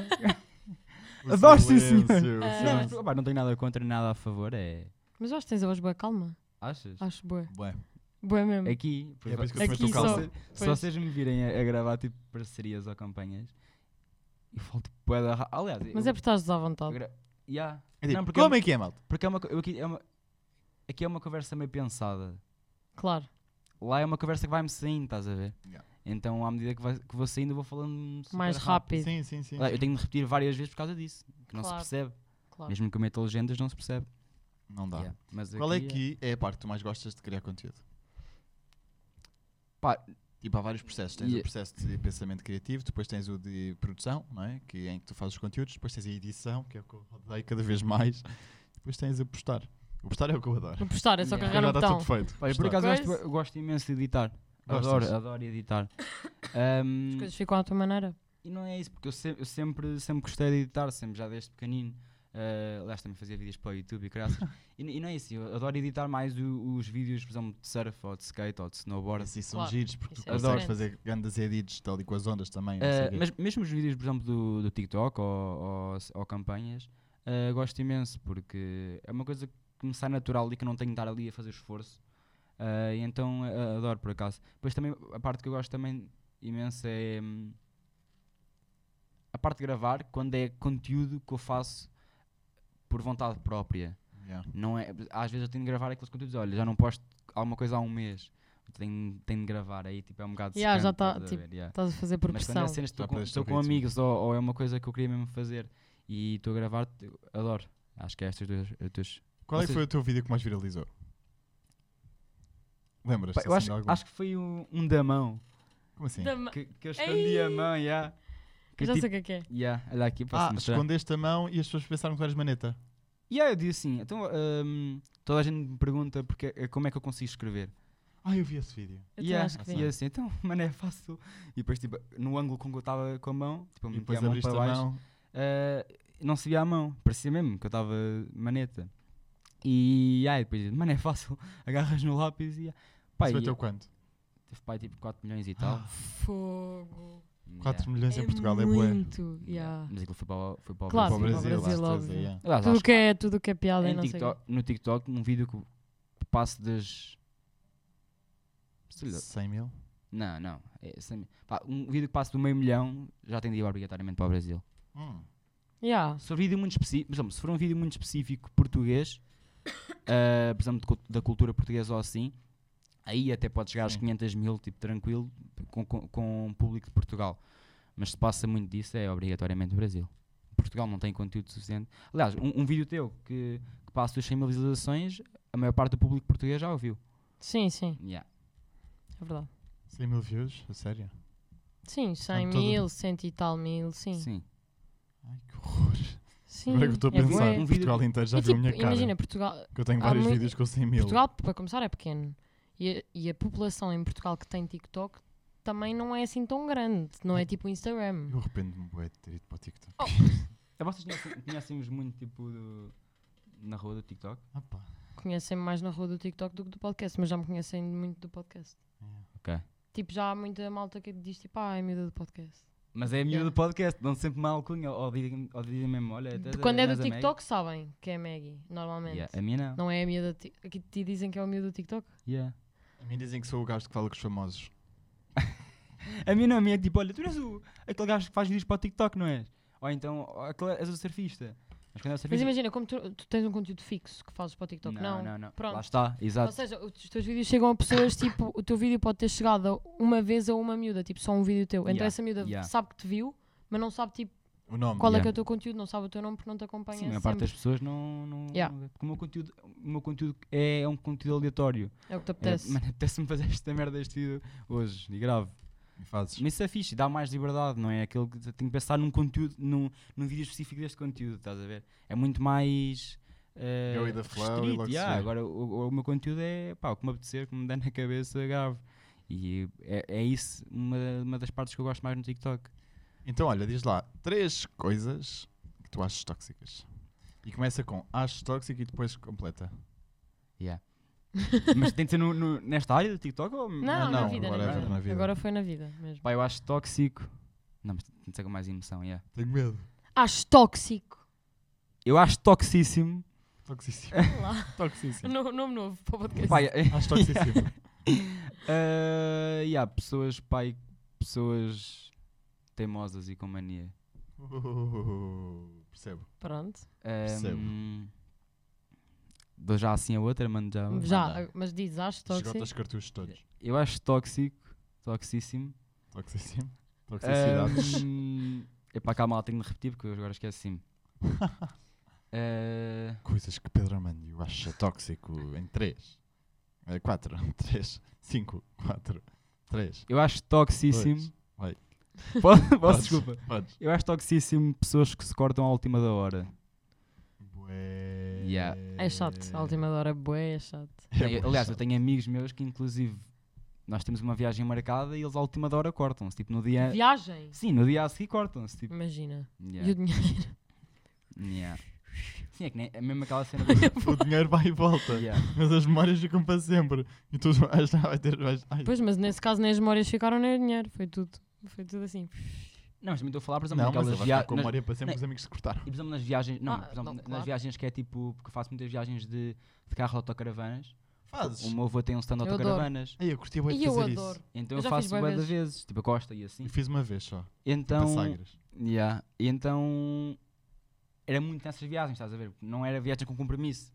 Speaker 3: O
Speaker 4: Adoro, sim, senhor.
Speaker 3: silêncio, o
Speaker 2: Ah,
Speaker 4: não, mas,
Speaker 3: silêncio.
Speaker 4: opá, não tenho nada contra, nada a favor. É.
Speaker 2: Mas eu acho que tens a voz boa calma.
Speaker 4: Achas?
Speaker 2: Acho boa.
Speaker 3: Bué.
Speaker 2: Boa mesmo.
Speaker 4: Aqui,
Speaker 3: É por isso que eu
Speaker 4: se
Speaker 2: também estou
Speaker 4: vocês-
Speaker 2: calmo.
Speaker 4: se
Speaker 2: Pois.
Speaker 4: vocês me virem a, a gravar tipo parcerias ou campanhas, eu falo tipo bué da ra- Aliás,
Speaker 2: Mas
Speaker 4: eu,
Speaker 2: é porque estás à
Speaker 4: eu
Speaker 2: vontade.
Speaker 4: gra- Yeah.
Speaker 3: É tipo,
Speaker 4: Não, porque
Speaker 3: como
Speaker 4: eu-
Speaker 3: é que é, malta?
Speaker 4: Porque é uma, co- eu aqui, é uma, aqui é uma conversa meio pensada.
Speaker 2: Claro.
Speaker 4: Lá é uma conversa que vai-me saindo, estás a ver?
Speaker 3: Yeah.
Speaker 4: Então, à medida que, vai- que vou saindo, eu vou falando super
Speaker 2: Mais
Speaker 4: rápido.
Speaker 2: rápido.
Speaker 3: Sim, sim, sim.
Speaker 4: Lá, Eu tenho de repetir várias vezes por causa disso, que não se
Speaker 2: Claro.
Speaker 4: percebe.
Speaker 2: Claro.
Speaker 4: Mesmo que eu meta legendas, não se percebe.
Speaker 3: Não dá.
Speaker 4: Yeah. Mas
Speaker 3: Qual é
Speaker 4: aqui
Speaker 3: que é a parte que tu mais gostas de criar conteúdo?
Speaker 4: Pá,
Speaker 3: Tipo, há vários processos. Tens
Speaker 4: Yeah.
Speaker 3: o processo de pensamento criativo, depois tens o de produção, não é? Que é em que tu fazes os conteúdos, depois tens a edição, que é o que eu odeio cada vez mais, depois tens a postar. O postar é o que eu adoro.
Speaker 2: Vou postar, é só
Speaker 4: Yeah.
Speaker 2: carregar
Speaker 3: já
Speaker 2: no
Speaker 3: está
Speaker 2: botão.
Speaker 3: tudo feito.
Speaker 4: Olha, um por
Speaker 3: Postar.
Speaker 4: acaso eu gosto,
Speaker 2: Coisa.
Speaker 4: eu gosto imenso de editar.
Speaker 3: Gostas?
Speaker 4: Adoro, adoro editar. Ahm,
Speaker 2: As coisas ficam à tua maneira.
Speaker 4: e não é isso, porque eu, se- eu sempre, sempre gostei de editar, sempre já desde pequenino. Ah, aliás, também fazia vídeos para o YouTube e graças. e, n- e não é isso, eu adoro editar mais o- os vídeos, por exemplo, de surf ou de skate ou de snowboard.
Speaker 3: Esses são
Speaker 2: Claro.
Speaker 3: giros, porque tu
Speaker 2: Isso
Speaker 4: é
Speaker 3: consegues
Speaker 4: diferente.
Speaker 3: fazer grandes edits tal e com as ondas também. não sei
Speaker 4: Ah,
Speaker 3: o quê.
Speaker 4: mas mesmo os vídeos, por exemplo, do, do TikTok ou, ou, ou campanhas, ah, gosto imenso porque é uma coisa que me sai natural e que eu não tenho de estar ali a fazer esforço. Ah, e então ah, adoro por acaso. Depois também a parte que eu gosto também imenso é hum, a parte de gravar quando é conteúdo que eu faço por vontade própria.
Speaker 3: Yeah.
Speaker 4: Não é, às vezes eu tenho de gravar aqueles conteúdos, olha, já não posto alguma coisa há um mês. Tenho, tenho de gravar aí, tipo, é um bocado
Speaker 2: Yeah, já
Speaker 4: secante,
Speaker 2: tá,
Speaker 4: estás a
Speaker 2: tipo,
Speaker 4: ver, yeah.
Speaker 2: Estás a fazer por
Speaker 4: Mas quando
Speaker 2: pressão.
Speaker 4: é cenas que
Speaker 3: Já
Speaker 4: estou com,
Speaker 3: perdeste
Speaker 4: estou
Speaker 3: o
Speaker 4: com
Speaker 3: ritmo.
Speaker 4: amigos ou, ou é uma coisa que eu queria mesmo fazer e estou a gravar, eu adoro. Acho que é estas duas. as duas-
Speaker 3: Qual é que
Speaker 4: Vocês-
Speaker 3: foi o teu vídeo que mais viralizou? Lembras-te?
Speaker 4: Pá, eu
Speaker 3: assim, de
Speaker 4: acho,
Speaker 3: algum?
Speaker 4: acho que foi um, um da mão.
Speaker 3: Como assim?
Speaker 2: Da ma-
Speaker 4: Que, que eu escondi a mão, yeah. Que
Speaker 2: Já sei
Speaker 4: tipo,
Speaker 2: o que é que é.
Speaker 4: yeah, olha aqui, posso
Speaker 3: ah,
Speaker 4: mostrar.
Speaker 3: escondeste a mão e as pessoas pensaram que tu eras maneta.
Speaker 4: E aí eu disse assim, então hum, toda a gente me pergunta porque, eh, como é que eu consigo escrever.
Speaker 3: Ah, eu vi esse vídeo.
Speaker 2: Eu também
Speaker 4: Yeah,
Speaker 2: acho que
Speaker 4: E
Speaker 2: vi.
Speaker 4: eu assim, então, mano, é fácil. E depois, tipo, no ângulo como eu estava com a mão, tipo, eu
Speaker 3: E
Speaker 4: meti
Speaker 3: depois
Speaker 4: a mão
Speaker 3: abriste
Speaker 4: para
Speaker 3: a
Speaker 4: baixo,
Speaker 3: mão.
Speaker 4: eh, não se via a mão, parecia mesmo que eu estava maneta. E aí depois, disse, mano, é fácil, agarras no lápis e. Pá,
Speaker 3: Isso
Speaker 4: e
Speaker 3: bateu quanto?
Speaker 4: teve pai tipo 4 milhões
Speaker 3: Então,
Speaker 4: e tal.
Speaker 2: Fogo.
Speaker 3: 4
Speaker 4: Yeah.
Speaker 3: milhões em Portugal é bué.
Speaker 2: muito.
Speaker 4: Yeah.
Speaker 2: Yeah.
Speaker 4: Mas aquilo foi para o, foi para o
Speaker 2: Claro,
Speaker 3: Para o
Speaker 2: sim, para o
Speaker 3: Brasil,
Speaker 2: Brasil,
Speaker 3: lá, certeza,
Speaker 2: óbvio.
Speaker 3: yeah.
Speaker 4: Aliás,
Speaker 2: Tudo
Speaker 4: acho
Speaker 2: que é, tudo que é piada e
Speaker 4: em
Speaker 2: não sei o quê.
Speaker 4: TikTok, no TikTok, um vídeo que passo das. sei lá,
Speaker 3: 100 mil?
Speaker 4: Não, não. é sem- pá, um vídeo que passa do meio milhão já tem de ir obrigatoriamente para o Brasil.
Speaker 3: Hum.
Speaker 2: Yeah.
Speaker 4: Se for, vídeo muito especi- por exemplo, se for um vídeo muito específico português, ah, por exemplo, de cult- da cultura portuguesa ou assim, aí até pode chegar aos
Speaker 3: Sim.
Speaker 4: 500 mil, tipo, tranquilo, com, com, com o público de Portugal. Mas se passa muito disso, é obrigatoriamente o Brasil. Portugal não tem conteúdo suficiente. Aliás, um, um vídeo teu que, que passa dos 100 mil visualizações, a maior parte do público português já ouviu.
Speaker 2: Sim, sim.
Speaker 4: Yeah.
Speaker 2: É verdade.
Speaker 3: 100 mil views? A sério?
Speaker 2: Sim, 100
Speaker 3: todo- tipo.
Speaker 2: mil, cento e tal mil, sim. Sim.
Speaker 4: Sim.
Speaker 3: Ai, que horror. Agora que eu estou a
Speaker 2: é
Speaker 3: pensar,
Speaker 2: bué.
Speaker 4: Um vídeo-
Speaker 3: Portugal inteiro já
Speaker 2: E,
Speaker 3: viu
Speaker 2: tipo,
Speaker 3: a minha cara.
Speaker 2: Imagina, Portugal,
Speaker 3: que eu tenho
Speaker 2: há
Speaker 3: vários
Speaker 2: muito-
Speaker 3: vídeos com 100 mil.
Speaker 2: Portugal, para começar, é pequeno. E a, e a população em Portugal que tem TikTok também não é assim tão grande. Não é tipo o Instagram.
Speaker 3: Eu arrependo-me bué de ter ido para o TikTok.
Speaker 2: Oh.
Speaker 4: A vocês conhecem- conhecem-vos muito, tipo, do- na rua do TikTok?
Speaker 3: Ah, pá.
Speaker 2: Conhecem-me mais na rua do TikTok do que do podcast, mas já me conhecem muito do podcast.
Speaker 4: É. Ok.
Speaker 2: Tipo, já há muita malta que diz tipo, ah, é miúda do podcast.
Speaker 4: Mas é a miúda
Speaker 2: Yeah.
Speaker 4: do podcast, dão sempre mal alcunha, ou dizem, ou dizem mesmo, olha...
Speaker 2: De-
Speaker 4: tás a-
Speaker 2: Quando é do
Speaker 4: és a Maggie?
Speaker 2: TikTok, sabem que é Maggie, normalmente.
Speaker 4: Yeah, a minha não.
Speaker 2: Não é a miúda. ti- Aqui te dizem que é o miúdo do TikTok?
Speaker 4: Yeah.
Speaker 3: A mim dizem que sou o gajo que fala com os famosos.
Speaker 4: A minha não, a minha é tipo, olha, tu não és o, aquele gajo que faz vídeos para o TikTok, não és? Ou então, "Oh, aquele, és o surfista. Mas quando é o
Speaker 2: Mas
Speaker 4: surfista...
Speaker 2: imagina, como tu, tu tens um conteúdo fixo que fazes para o TikTok, não?
Speaker 4: não, não, não.
Speaker 2: Pronto.
Speaker 4: Lá está,
Speaker 2: Ou
Speaker 4: exato.
Speaker 2: seja, os teus vídeos chegam a pessoas, tipo, o teu vídeo pode ter chegado a uma vez a uma miúda, tipo, só um vídeo teu. Então
Speaker 4: Yeah,
Speaker 2: essa miúda
Speaker 4: yeah.
Speaker 2: sabe que te viu, mas não sabe, tipo,
Speaker 3: O nome.
Speaker 2: qual é
Speaker 4: Yeah.
Speaker 2: que é o teu conteúdo, não sabe o teu nome porque não te acompanha
Speaker 4: Sim, a maior parte
Speaker 2: sempre.
Speaker 4: das pessoas não... não,
Speaker 2: Yeah.
Speaker 4: não vê. Porque o meu conteúdo, o meu conteúdo é, é um conteúdo aleatório.
Speaker 2: É o que te
Speaker 4: É,
Speaker 2: apetece.
Speaker 4: mano, apetece-me fazer esta merda este vídeo hoje, e grave.
Speaker 3: Me fazes.
Speaker 4: Mas isso é fixe, dá mais liberdade, não é? Aquilo que tem que pensar num conteúdo, num, num vídeo específico deste conteúdo, estás a ver? É muito mais. eh,
Speaker 3: Eu e the flow e
Speaker 4: restrito,
Speaker 3: logo se
Speaker 4: yeah.
Speaker 3: vê.
Speaker 4: Agora o, o- o meu conteúdo é pá, o que me apetecer, o que me dá na cabeça, grave. E é, é isso uma, uma das partes que eu gosto mais no TikTok.
Speaker 3: Então, olha, diz lá três coisas que tu achas tóxicas. E começa com acho tóxico e depois completa.
Speaker 4: Yeah. Mas tem de ser no- no- nesta área do TikTok? Ou...
Speaker 2: Não,
Speaker 3: Não,
Speaker 2: na
Speaker 3: não,
Speaker 2: vida, na
Speaker 3: whatever,
Speaker 2: vida.
Speaker 3: na vida.
Speaker 2: Agora foi na vida mesmo.
Speaker 4: Pá, eu acho tóxico. Não, mas tem de ser com mais emoção, yeah.
Speaker 3: Tenho medo.
Speaker 2: Acho tóxico.
Speaker 4: Eu acho toxíssimo.
Speaker 3: Toxicíssimo.
Speaker 2: Lá.
Speaker 3: Toxicíssimo.
Speaker 2: No- Nome novo para o podcast.
Speaker 4: Pá,
Speaker 3: Acho toxicíssimo.
Speaker 4: Ah, e há pessoas, pai, pessoas teimosas e com mania.
Speaker 3: Uh, percebo.
Speaker 2: Pronto.
Speaker 3: Percebo.
Speaker 4: Ahm, dou já assim a outra, mando já. uma.
Speaker 2: Já, mas diz, acho tóxico.
Speaker 3: Esgotas cartuchos todos.
Speaker 4: Eu acho tóxico, toxíssimo.
Speaker 3: Toxicíssimo. Toxicidades.
Speaker 4: Ahm, epá, calma lá, tenho de repetir porque eu agora esqueci-me. Ah,
Speaker 3: Coisas que Pedro Amândio acha tóxico em É, 3, 4, 3, 5, 4, 3.
Speaker 4: eu acho toxíssimo.
Speaker 3: Vai.
Speaker 4: Posso- posso, desculpa.
Speaker 3: Podes.
Speaker 4: Eu acho toxíssimo pessoas que se cortam à última da hora.
Speaker 3: Bué.
Speaker 4: Yeah.
Speaker 2: É chato. A última hora, bué, é chato.
Speaker 3: É
Speaker 4: Não, eu-
Speaker 3: bué
Speaker 4: aliás, eu
Speaker 3: chato.
Speaker 4: tenho amigos meus que, inclusive, nós temos uma viagem marcada e eles à última da hora cortam-se. Tipo, no dia.
Speaker 2: Viagem.
Speaker 4: Sim, no dia a seguir cortam-se. Tipo,
Speaker 2: Imagina. E o
Speaker 4: yeah,
Speaker 2: dinheiro.
Speaker 4: yeah. Sim, é que nem, é mesmo aquela cena. do-
Speaker 3: O dinheiro vai e volta,
Speaker 4: yeah.
Speaker 3: mas as memórias ficam para sempre. E tu vais lá, vai ter. Vais, ai.
Speaker 2: Pois, mas nesse caso nem as memórias ficaram nem o dinheiro. Foi tudo. Foi tudo assim.
Speaker 4: Não, mas também estou a falar, por exemplo,
Speaker 3: não, mas
Speaker 4: naquelas
Speaker 3: ele vai ficar
Speaker 4: viagens.
Speaker 3: com a memória para sempre
Speaker 4: Não.
Speaker 3: os amigos se cortaram.
Speaker 4: E, por exemplo, nas viagens. Não,
Speaker 2: Ah,
Speaker 4: por exemplo,
Speaker 2: não,
Speaker 4: nas
Speaker 2: claro.
Speaker 4: viagens que é tipo. Porque eu faço muitas viagens de, de carro de autocaravanas.
Speaker 3: Fazes.
Speaker 4: O meu avô tem um stand de
Speaker 2: Eu adoro.
Speaker 4: autocaravanas.
Speaker 3: Aí eu curti bué de
Speaker 2: E eu
Speaker 3: fazer
Speaker 2: adoro.
Speaker 3: isso.
Speaker 4: Então
Speaker 2: Eu
Speaker 4: eu,
Speaker 2: já fiz
Speaker 4: faço
Speaker 2: bué
Speaker 4: bué de
Speaker 2: vezes.
Speaker 4: vezes. Tipo, a costa e assim.
Speaker 3: Eu fiz uma vez só. Então...
Speaker 4: Então, Yeah. E então era muito nessas viagens, estás a ver? Não era viagem com compromisso.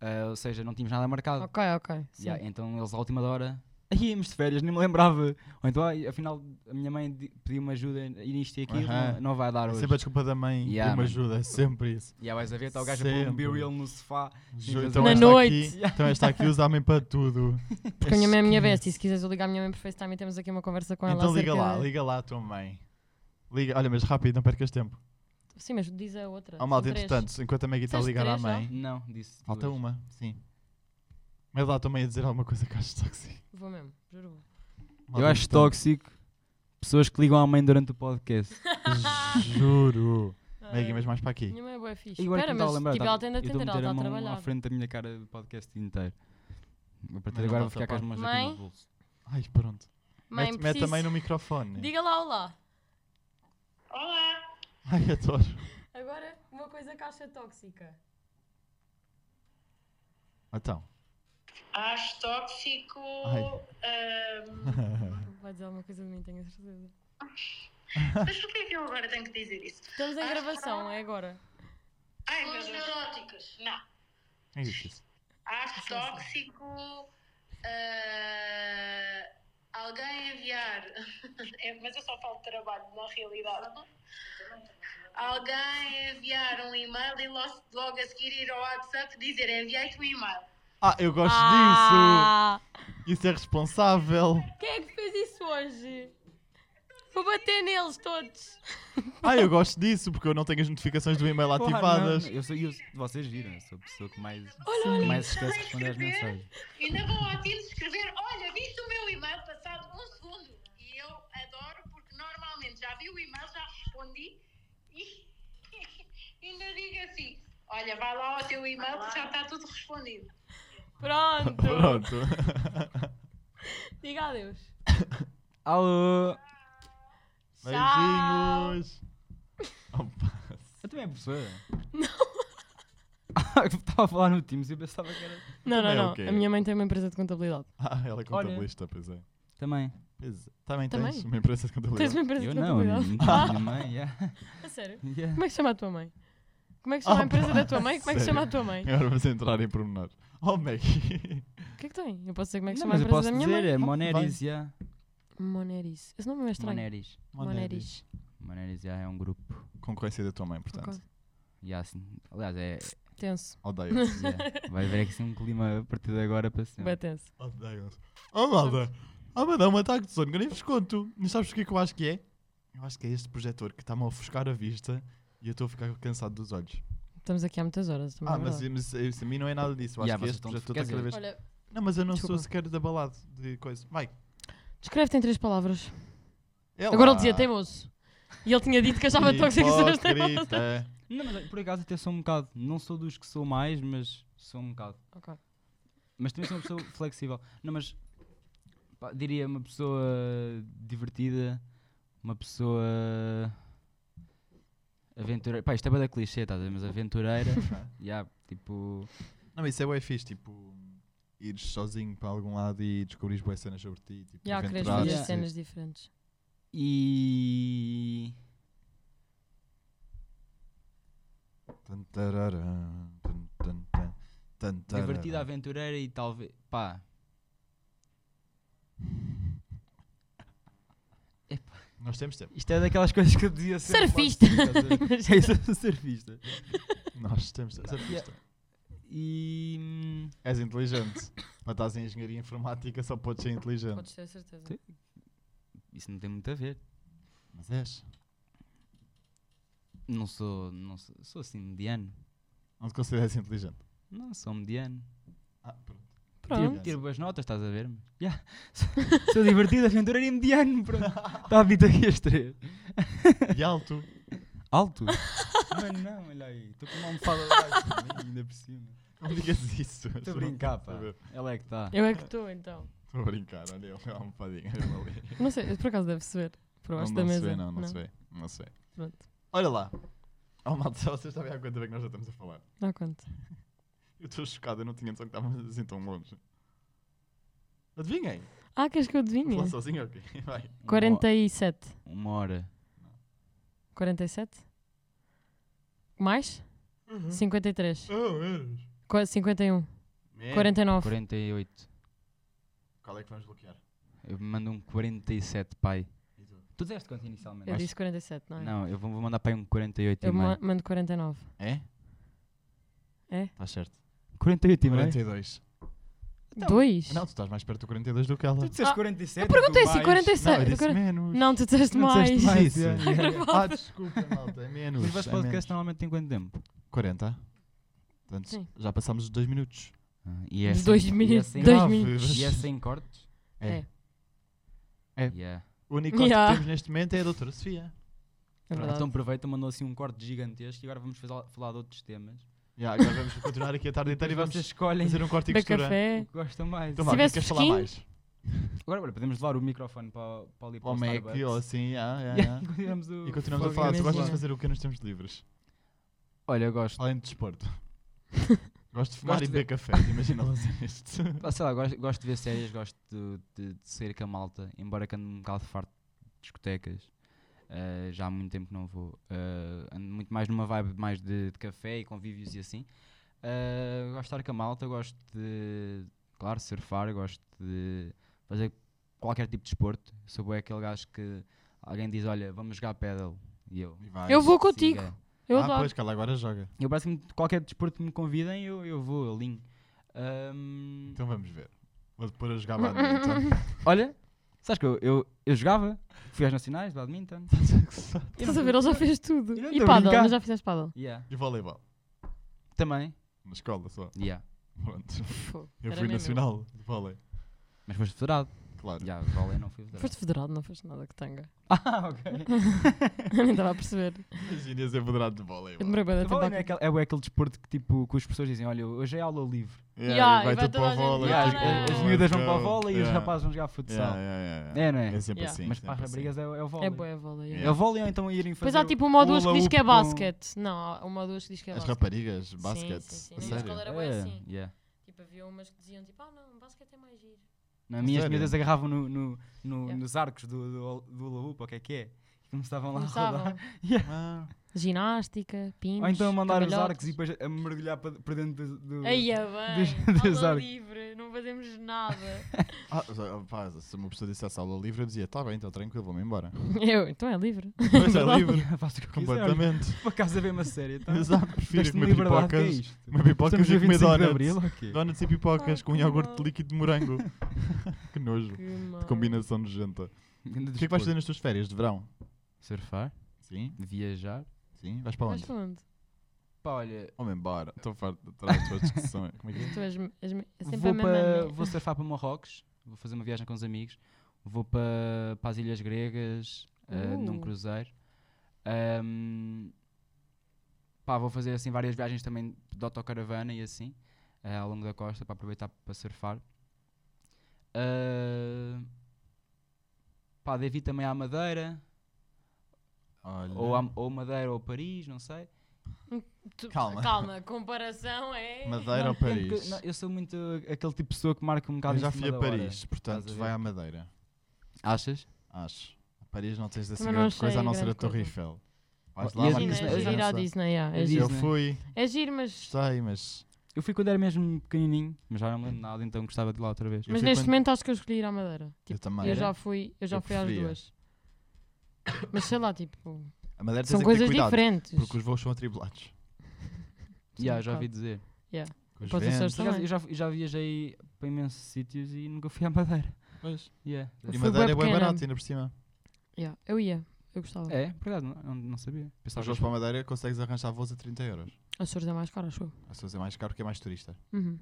Speaker 4: Ah, ou seja, não tínhamos nada marcado.
Speaker 2: Ok, ok. sim.
Speaker 4: Ah. Yeah, Então eles à última hora "Ai, íamos de férias, nem me lembrava. Ou então, "Ai, afinal, a minha mãe di- pediu-me ajuda e nisto e aquilo,
Speaker 3: Aham.
Speaker 4: não, não vai dar
Speaker 3: É
Speaker 4: hoje.
Speaker 3: sempre a desculpa da mãe
Speaker 4: Yeah,
Speaker 3: yeah, uma
Speaker 4: mano.
Speaker 3: ajuda, é sempre isso.
Speaker 4: E aí vais a ver, está o gajo a pôr um
Speaker 3: Sempre.
Speaker 4: B-reel no sofá.
Speaker 3: Jo-
Speaker 4: fazer
Speaker 3: Então
Speaker 2: Na
Speaker 3: esta
Speaker 2: noite.
Speaker 3: Aqui, então esta aqui usa amém para tudo.
Speaker 2: Porque a minha mãe é a minha bestie. Se quiseres, eu ligo à minha mãe por FaceTime e temos aqui uma conversa com ela.
Speaker 3: Então liga
Speaker 2: acerca
Speaker 3: lá,
Speaker 2: de-
Speaker 3: liga lá à tua mãe. Liga, olha, mas rápido, não percas tempo.
Speaker 2: Sim, mas diz a outra.
Speaker 3: Há
Speaker 2: São
Speaker 3: uma malta,
Speaker 2: três.
Speaker 3: entretanto, enquanto a Maggie está a
Speaker 2: Disseste
Speaker 3: ligar à
Speaker 2: três já?
Speaker 3: mãe,
Speaker 4: Não, disse.
Speaker 3: falta um,
Speaker 4: duas.
Speaker 3: uma, sim. Mas lá a tua mãe a dizer alguma coisa que acho tóxico.
Speaker 2: Vou mesmo, juro.
Speaker 4: Eu
Speaker 3: um
Speaker 4: acho tóxico pessoas que ligam à mãe durante o podcast.
Speaker 3: Juro.
Speaker 2: Ai,
Speaker 3: Maggie, mas mais para aqui.
Speaker 2: Minha mãe é boa fixe.
Speaker 4: assim. E agora que
Speaker 2: Espera,
Speaker 4: me estava a
Speaker 2: mas
Speaker 4: lembrar,
Speaker 2: tipo,
Speaker 4: tá-
Speaker 2: ela tem de
Speaker 4: eu estou a
Speaker 2: atender, ela
Speaker 4: meter
Speaker 2: está
Speaker 4: a
Speaker 2: a
Speaker 4: mão
Speaker 2: trabalhar.
Speaker 4: à frente da minha cara o podcast inteiro. A partir
Speaker 3: Mas
Speaker 4: de agora
Speaker 3: não
Speaker 4: vou ficar com as mãos
Speaker 2: Mãe?
Speaker 4: aqui no bolso.
Speaker 3: Ai, pronto.
Speaker 2: Mãe,
Speaker 3: mete, mete
Speaker 2: preciso-
Speaker 3: a mãe no
Speaker 4: né?
Speaker 3: microfone.
Speaker 2: Diga lá olá.
Speaker 3: Ai, adoro.
Speaker 2: Agora, uma coisa que acha tóxica.
Speaker 3: Então.
Speaker 6: Acho tóxico.
Speaker 3: Ai.
Speaker 6: ahm,
Speaker 2: Vai dizer alguma coisa de mim, tenho a certeza.
Speaker 6: mas porquê é que eu agora tenho que dizer isso?
Speaker 2: Estamos em gravação, é agora.
Speaker 6: Ai, Pessoas neuróticas. Não.
Speaker 3: É isso.
Speaker 6: Acho tóxico. ah, alguém enviar. É, mas eu só falo de trabalho, na realidade. Alguém enviar um e-mail e lo- logo a seguir ir ao WhatsApp dizer enviei-te um e-mail.
Speaker 3: Ah, eu gosto
Speaker 2: Ah!
Speaker 3: disso. Isso é responsável.
Speaker 2: Quem é que fez isso hoje? Vou bater neles todos.
Speaker 3: Ah, eu gosto disso, porque eu não tenho as notificações do e-mail ativadas.
Speaker 4: Eu sou, eu, vocês viram, eu sou a pessoa que mais, que mais esquece de responder as mensagens.
Speaker 6: Ainda vão ao Teams escrever: Olha, viste o meu e-mail passado um segundo. E eu adoro porque normalmente já vi o e-mail, já respondi e ainda digo assim: Olha, vai lá ao teu e-mail que já está tudo respondido.
Speaker 2: Pronto.
Speaker 3: Pronto.
Speaker 2: Diga adeus.
Speaker 4: Alô!
Speaker 2: Tchau.
Speaker 3: Beijinhos. Opa.
Speaker 4: Eu também é professora. Não! Estava a falar no Teams e eu pensava que era.
Speaker 2: Não, não,
Speaker 3: Também é o
Speaker 2: não.
Speaker 3: quê?
Speaker 2: A minha mãe tem uma empresa de contabilidade.
Speaker 3: Ah, ela é contabilista, pois é.
Speaker 4: Também.
Speaker 3: Pois é. Também,
Speaker 2: Também?
Speaker 3: tens uma empresa de
Speaker 2: Tens
Speaker 3: contabilidade.
Speaker 2: uma empresa
Speaker 4: Eu
Speaker 2: de
Speaker 4: não, a minha,
Speaker 2: contabilidade?
Speaker 4: a minha mãe, yeah.
Speaker 2: A sério?
Speaker 4: Yeah.
Speaker 2: Como é que se chama a tua mãe? Como é que se
Speaker 4: Ah,
Speaker 2: chama a
Speaker 3: Opa,
Speaker 2: empresa da tua mãe? Como é que se chama a tua mãe?
Speaker 3: Agora vamos entrar em pormenor. Oh, Maggie.
Speaker 2: O que é que tem? Eu posso dizer como é que se
Speaker 4: Não,
Speaker 2: chama a
Speaker 4: mas eu
Speaker 2: empresa
Speaker 4: posso
Speaker 2: da minha
Speaker 4: dizer,
Speaker 2: mãe?
Speaker 4: é Moneris, yeah.
Speaker 2: Moneris. Esse nome é estranho.
Speaker 4: Moneris.
Speaker 2: Moneris.
Speaker 4: Moneris, yeah, é um grupo.
Speaker 3: Concorrência da tua mãe, portanto.
Speaker 2: Ok.
Speaker 4: Yeah, assim. Aliás, é.
Speaker 2: Tenso.
Speaker 3: Odeio-te.
Speaker 4: yeah. Vai haver aqui sim um clima a partir de agora para sempre.
Speaker 2: Bem tenso.
Speaker 3: Odeio-te. Oh, malda. Oh, mas dá um ataque de sono que eu nem vos conto. Não sabes o que é que eu acho que é? Eu acho que é este projetor que está-me a ofuscar a vista e eu estou a ficar cansado dos olhos.
Speaker 2: Estamos aqui há muitas horas. também
Speaker 3: Ah,
Speaker 2: é
Speaker 3: mas,
Speaker 2: verdade.
Speaker 3: mas isso a mim não é nada disso. Eu acho
Speaker 4: Yeah,
Speaker 3: que
Speaker 4: vocês
Speaker 3: este
Speaker 4: estão-
Speaker 3: projetor
Speaker 4: quer
Speaker 3: está cada
Speaker 4: dizer-
Speaker 3: vez...
Speaker 2: Olha,
Speaker 3: Não, mas eu não sou
Speaker 2: Desculpa.
Speaker 3: sequer da balada de coisa. Vai.
Speaker 2: descreve-te em três palavras.
Speaker 3: É
Speaker 2: Agora
Speaker 3: lá.
Speaker 2: ele dizia teimoso. E ele tinha dito que achava tóxico ser as teimosas.
Speaker 3: Hipócrita.
Speaker 4: Não, mas olha, por acaso até sou um bocado. Não sou dos que sou mais, mas sou um bocado.
Speaker 2: Ok.
Speaker 4: Mas também sou uma pessoa flexível. Não, mas pá, diria uma pessoa divertida, uma pessoa aventureira. Pá, isto é bada clichê, estás a ver? Mas aventureira. yeah, tipo.
Speaker 3: Não, isso é bué fixe, tipo, ires sozinho para algum lado e descobrires boas cenas sobre ti, tipo,
Speaker 2: Já queres
Speaker 3: aventurar-te.
Speaker 2: fazer
Speaker 4: Yeah.
Speaker 2: cenas diferentes.
Speaker 4: E.
Speaker 3: tipo, Tan, tararã, tan, tan, tan, tan, tararã.
Speaker 4: Divertida, aventureira e talvez. Pá.
Speaker 3: Nós temos tempo.
Speaker 4: Isto é daquelas coisas que eu dizia sempre.
Speaker 2: Surfista.
Speaker 4: É isso, surfista.
Speaker 3: Nós temos tempo. Ser
Speaker 4: Yeah.
Speaker 3: fixe.
Speaker 4: E. hum,
Speaker 3: És inteligente. Mas estás em engenharia informática, só podes ser inteligente.
Speaker 2: Podes ter certeza.
Speaker 4: Sim. Isso não tem muito a ver.
Speaker 3: Mas és.
Speaker 4: Não sou, não sou, sou assim mediano.
Speaker 3: Não te consideras inteligente.
Speaker 4: Não, sou mediano.
Speaker 3: Ah, pronto. Tipo,
Speaker 4: Tiro,
Speaker 2: Pronto.
Speaker 4: tiro boas notas, estás a ver-me? Então? Yeah. Sou- sou divertido, aventureiro e mediano. pronto. Está a vir daqui as três.
Speaker 3: E alto.
Speaker 4: Alto? Mano, não, olha aí. Estou com uma almofada baixa, ainda por cima.
Speaker 3: Não digas isso.
Speaker 4: Estou a brincar, pá.
Speaker 3: Estou
Speaker 4: Ela é que está.
Speaker 2: Eu é que estou, então.
Speaker 3: a brincar, olha eu. É um bocadinho. olha eu ali.
Speaker 2: Não sei, por acaso deve-se ver. Por
Speaker 3: Não,
Speaker 2: baixo
Speaker 3: não
Speaker 2: da
Speaker 3: se
Speaker 2: mesa.
Speaker 3: vê, não, não se vê. Não se vê.
Speaker 2: Pronto.
Speaker 3: Olha lá. Oh, malta, só vocês sabem a quanto bem que nós já estamos a falar.
Speaker 2: Não conto.
Speaker 3: Eu estou chocado, eu não tinha noção que estávamos assim tão longe. Adivinhem?
Speaker 2: Ah, queres que eu adivinhe?
Speaker 3: Vou falar sozinho ou quê? Vai.
Speaker 2: É
Speaker 4: Uma ho-
Speaker 2: 47.
Speaker 4: Uma hora.
Speaker 2: 47? Mais? Uhum.
Speaker 3: Hum?
Speaker 2: 53.
Speaker 3: Oh, menos.
Speaker 2: Qu- 51.
Speaker 3: É.
Speaker 2: 49.
Speaker 4: 48.
Speaker 3: Qual é que vamos bloquear?
Speaker 4: Eu mando um 47, pai.
Speaker 3: E tu?
Speaker 4: Tu disseste quanto inicialmente?
Speaker 2: Eu disse 47, não é?
Speaker 4: Não, eu vou vou mandar para aí um 48
Speaker 2: Eu
Speaker 4: e
Speaker 2: ma-
Speaker 4: meio.
Speaker 2: mando 49.
Speaker 3: É?
Speaker 2: É?
Speaker 3: Estás certo.
Speaker 4: 48 Tá e meio?
Speaker 3: 42.
Speaker 2: Dois?
Speaker 3: Então, Não, tu estás mais perto do 42 do que ela.
Speaker 4: Tu disseste
Speaker 2: Ah,
Speaker 4: 47?
Speaker 2: eu perguntei
Speaker 4: tu
Speaker 2: se
Speaker 4: mais.
Speaker 2: 47.
Speaker 3: Não, eu disse
Speaker 2: Agora-
Speaker 3: menos.
Speaker 2: Não, tu disseste mais.
Speaker 3: disseste mais.
Speaker 4: Isso.
Speaker 3: yeah, yeah, yeah.
Speaker 2: nervosa.
Speaker 3: Ah, desculpa, malta. É menos.
Speaker 4: Os vossos
Speaker 3: é
Speaker 4: podcasts
Speaker 3: menos.
Speaker 4: normalmente têm quanto tempo?
Speaker 3: 40. Portanto,
Speaker 2: Sim.
Speaker 3: já passámos os 2 minutos.
Speaker 4: Ah, e
Speaker 2: Dois
Speaker 4: sem- e assim.
Speaker 2: minutos.
Speaker 4: sem-
Speaker 2: Dois
Speaker 3: grave.
Speaker 2: minutos.
Speaker 4: E é sem cortes?
Speaker 2: É.
Speaker 4: Ah,
Speaker 3: É.
Speaker 4: Yeah.
Speaker 3: O único corte
Speaker 2: Yeah.
Speaker 3: que temos neste momento é a doutora Sofia.
Speaker 2: É verdade.
Speaker 4: Então aproveita, mandou assim um corte gigantesco e agora vamos fazer- falar de outros temas.
Speaker 3: Yeah, agora vamos continuar aqui a tarde inteira Então, e
Speaker 4: Depois
Speaker 3: vamos
Speaker 4: vocês escolhem
Speaker 3: fazer um corte e
Speaker 2: Da
Speaker 3: costura.
Speaker 4: o
Speaker 2: café.
Speaker 4: que gostam mais.
Speaker 3: Então,
Speaker 2: Se
Speaker 3: vá, o que é que
Speaker 2: tivesse
Speaker 3: queres falar
Speaker 2: skin-
Speaker 3: mais?
Speaker 4: Agora, olha, podemos levar o microfone para, para ali para
Speaker 3: Ou
Speaker 4: o
Speaker 3: Mac,
Speaker 4: Starbucks.
Speaker 3: ou assim, yeah, yeah,
Speaker 4: Yeah,
Speaker 3: yeah.
Speaker 4: continuamos o-
Speaker 3: E continuamos a
Speaker 4: Fogo
Speaker 3: falar. Tu
Speaker 4: mesmo.
Speaker 3: gostas de fazer o que nos temos livres?
Speaker 4: Olha, eu gosto.
Speaker 3: Além de desporto. Gosto de fumar
Speaker 4: Gosto
Speaker 3: e
Speaker 4: de-
Speaker 3: beber café. Imagina lá isto.
Speaker 4: Pá, Ah, sei lá, gosto, gosto de ver séries, gosto de, de, de sair com a malta, embora que ande um bocado farto de discotecas. Ah, já há muito tempo não vou. Ah, ando muito mais numa vibe mais de, de café e convívios e assim. Ah, gosto de estar com a malta, gosto de, claro, surfar, gosto de fazer qualquer tipo de desporto. Sou bué aquele gajo que alguém diz: Olha, vamos jogar pedal. E eu.
Speaker 3: E vais.
Speaker 2: Eu vou contigo.
Speaker 4: "Siga."
Speaker 2: Eu
Speaker 3: ah,
Speaker 2: adoro.
Speaker 3: pois, que ela agora joga.
Speaker 4: Eu basicamente qualquer desporto que me convidem, eu, eu vou, eu linho. Ahm,
Speaker 3: Então vamos ver. Vou-te pôr a jogar badminton.
Speaker 4: Olha, sabes que eu, eu, eu jogava, fui às nacionais de badminton.
Speaker 2: Estás a ver, ele já fez tudo.
Speaker 4: eu não
Speaker 2: E
Speaker 4: tô a
Speaker 2: paddle,
Speaker 4: brincar.
Speaker 2: mas já fizeste paddle.
Speaker 4: Yeah.
Speaker 3: e voleibol.
Speaker 4: Também.
Speaker 3: Na escola só.
Speaker 4: Yeah.
Speaker 3: Pronto.
Speaker 2: Fogo,
Speaker 3: Eu
Speaker 2: era
Speaker 3: fui
Speaker 2: mesmo
Speaker 3: nacional de vôlei.
Speaker 4: Mas foste federado.
Speaker 3: Claro.
Speaker 4: Já, vôlei não fui
Speaker 2: eu.
Speaker 4: federado.
Speaker 2: Foste federado, não foste nada que tanga.
Speaker 4: Ah, ok.
Speaker 2: Nem estava a perceber.
Speaker 3: Imagina eu ser moderado de vôlei.
Speaker 2: Eu demorei bem tempo
Speaker 4: vôlei não é,
Speaker 2: a
Speaker 4: aquele, é bué aquele desporto que tipo, que os professores dizem, olha, hoje é aula livre.
Speaker 2: Yeah,
Speaker 3: vai
Speaker 2: e vai
Speaker 3: tu
Speaker 2: toda a
Speaker 3: para o
Speaker 2: gente- né?
Speaker 3: vôlei. tipo,
Speaker 2: Yeah,
Speaker 4: as,
Speaker 3: tu-
Speaker 2: não.
Speaker 4: as, as
Speaker 2: Let's
Speaker 4: miúdas vão para o
Speaker 3: go.
Speaker 4: vôlei e os
Speaker 3: Yeah.
Speaker 4: rapazes vão jogar futsal.
Speaker 3: Yeah, yeah, yeah.
Speaker 4: É, não é?
Speaker 3: É sempre
Speaker 2: Yeah.
Speaker 3: assim.
Speaker 4: Mas para
Speaker 3: sempre
Speaker 4: as raparigas é, é o vôlei.
Speaker 2: É boa, é vôlei.
Speaker 4: É
Speaker 2: é.
Speaker 4: o vôlei ou então irem fazer...
Speaker 2: Depois há tipo uma ou duas que diz que é basquete. Não, há uma ou duas que diz que é
Speaker 3: As
Speaker 2: basquete.
Speaker 3: raparigas, basquete.
Speaker 2: sim, sim.
Speaker 3: A
Speaker 2: Na minha
Speaker 3: sério?
Speaker 2: escola era
Speaker 4: É,
Speaker 2: bué assim.
Speaker 4: yeah.
Speaker 2: Tipo, havia umas que diziam tipo, ah não, basquete é mais giro.
Speaker 4: Na minha, as
Speaker 3: sério?
Speaker 4: miúdas agarravam no, no, no-
Speaker 2: Yeah.
Speaker 4: nos arcos do, do, do Laúpa, o que é que é? E começavam lá a rodar.
Speaker 2: Começavam.
Speaker 3: Ah,
Speaker 2: Ginástica, pinos,
Speaker 4: Ou então a mandar os
Speaker 2: cambalhotas.
Speaker 4: arcos e depois a mergulhar pa- para dentro do. do-
Speaker 2: Aí é bem,
Speaker 4: Dos- dos
Speaker 2: aula
Speaker 4: arcos.
Speaker 2: livre, não fazemos nada.
Speaker 3: Ah, ah, pá, se uma pessoa dissesse aula livre, eu dizia, tá bem, então tranquilo, vou-me embora.
Speaker 2: Eu, então é livre.
Speaker 3: Mas é livre,
Speaker 4: Faço o que eu quiser, olha,
Speaker 3: completamente.
Speaker 4: Para casa ver uma série, tá?
Speaker 3: Exato, prefiro
Speaker 4: Deste-me
Speaker 3: comer
Speaker 4: liberdade, que é
Speaker 3: pipocas.
Speaker 4: isto?
Speaker 3: Uma pipoca
Speaker 4: Estamos
Speaker 3: e
Speaker 4: a
Speaker 3: comer
Speaker 4: 25 de
Speaker 3: donuts.
Speaker 4: Abril, ou quê?
Speaker 3: Donuts e pipocas
Speaker 2: Ai,
Speaker 3: com
Speaker 2: que
Speaker 3: iogurte
Speaker 2: mal.
Speaker 3: líquido de morango. que nojo.
Speaker 2: Que mal.
Speaker 3: De combinação nojenta. O que é que vais fazer nas tuas férias de verão?
Speaker 4: Surfar,
Speaker 3: Sim,
Speaker 4: viajar.
Speaker 3: sim. Vais para
Speaker 2: Mas
Speaker 3: onde?
Speaker 2: pronto,
Speaker 4: Pá, olha,
Speaker 3: Vamos embora. Estou farto de trás das tuas discussões. Como é que é?
Speaker 2: tu és, és é sempre a
Speaker 4: vou,
Speaker 2: mesma
Speaker 4: para,
Speaker 2: merda.
Speaker 4: vou surfar para Marrocos, vou fazer uma viagem com os amigos, vou para, para as Ilhas Gregas, eh, num
Speaker 2: Uh.
Speaker 4: cruzeiro. Ahm, pá, vou fazer assim várias viagens também de autocaravana e assim, eh, ao longo da costa, para aproveitar para surfar. Ah, pá, devo ir também à Madeira,
Speaker 3: Olha.
Speaker 4: ou, à- ou Madeira ou Paris, não sei.
Speaker 2: Tu-
Speaker 3: Calma.
Speaker 2: Calma, a comparação é...
Speaker 3: Madeira
Speaker 4: Não,
Speaker 3: ou
Speaker 4: depende que-
Speaker 3: Paris?
Speaker 4: não, eu sou muito aquele tipo de pessoa que marca um bocado
Speaker 3: Eu já
Speaker 4: em cima
Speaker 3: fui a
Speaker 4: da hora,
Speaker 3: Paris, portanto,
Speaker 4: Estás a
Speaker 3: vai
Speaker 4: ver?
Speaker 3: à Madeira.
Speaker 4: Achas?
Speaker 3: Acho. A Paris não tens assim
Speaker 2: Também não
Speaker 3: grande coisa
Speaker 2: achei
Speaker 3: a não ser a
Speaker 2: grande
Speaker 3: Torre
Speaker 2: coisa.
Speaker 3: Eiffel. Vais
Speaker 4: E
Speaker 3: lá,
Speaker 4: a
Speaker 3: marcas
Speaker 2: Sim,
Speaker 4: Disney-
Speaker 2: é
Speaker 3: uma
Speaker 4: a
Speaker 2: giro à
Speaker 4: Disney-
Speaker 3: presença.
Speaker 2: Disney, yeah, é,
Speaker 4: A
Speaker 2: giro.
Speaker 3: Eu
Speaker 4: Disney.
Speaker 3: fui,
Speaker 2: É giro, mas,
Speaker 3: gostei, mas.
Speaker 4: Eu fui quando era mesmo pequenininho, mas já não me lembro nada, então gostava de ir lá outra vez.
Speaker 3: Eu
Speaker 2: mas
Speaker 3: fui
Speaker 2: neste
Speaker 3: quando-
Speaker 2: momento acho que eu escolhi ir à Madeira.
Speaker 3: Eu
Speaker 2: Tipo,
Speaker 3: também. é.
Speaker 2: eu já fui, eu já
Speaker 3: Eu
Speaker 2: fui às
Speaker 3: preferia.
Speaker 2: duas. Mas sei lá, tipo,
Speaker 3: A Madeira
Speaker 2: são
Speaker 3: tens é que ter
Speaker 2: coisas
Speaker 3: cuidado,
Speaker 2: diferentes.
Speaker 3: Porque os voos são atribulados.
Speaker 4: Yeah,
Speaker 2: um
Speaker 4: já ouvi
Speaker 2: bocado.
Speaker 4: dizer.
Speaker 3: Com os
Speaker 2: Para os Açores
Speaker 3: ventos.
Speaker 4: Por
Speaker 2: Também.
Speaker 4: acaso, Eu já, eu já viajei para imensos sítios e nunca fui à Madeira.
Speaker 3: Pois.
Speaker 4: Yeah.
Speaker 2: Fui
Speaker 3: E Madeira
Speaker 2: bué
Speaker 3: é bem
Speaker 2: pequena.
Speaker 3: barato, ainda por cima.
Speaker 2: Yeah, eu ia, eu gostava.
Speaker 4: É, por acaso, não, não sabia.
Speaker 3: Se
Speaker 4: Pensava
Speaker 3: os voos
Speaker 4: que
Speaker 3: para a Madeira, consegues arranjar voos a 30 euros.
Speaker 2: Açores é mais caro, acho eu.
Speaker 3: Açores é mais caro porque é mais turista.
Speaker 2: Uhum.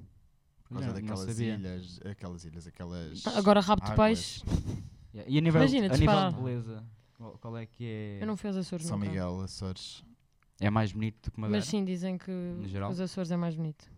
Speaker 3: Por causa
Speaker 4: Não, não
Speaker 3: daquelas
Speaker 4: sabia. Tá,
Speaker 3: ilhas, aquelas ilhas, aquelas.
Speaker 2: Agora rabo de
Speaker 3: águas.
Speaker 2: peixe,
Speaker 4: Yeah. E a nível,
Speaker 2: Imagina,
Speaker 4: a nível
Speaker 2: disparar.
Speaker 4: de beleza, qual, qual é que é?
Speaker 2: eu não fui aos Açores
Speaker 3: São
Speaker 2: nunca.
Speaker 3: Miguel, Açores.
Speaker 4: É mais bonito do que Madeira?
Speaker 2: Mas sim, dizem que
Speaker 4: geral?
Speaker 2: os Açores é mais bonito.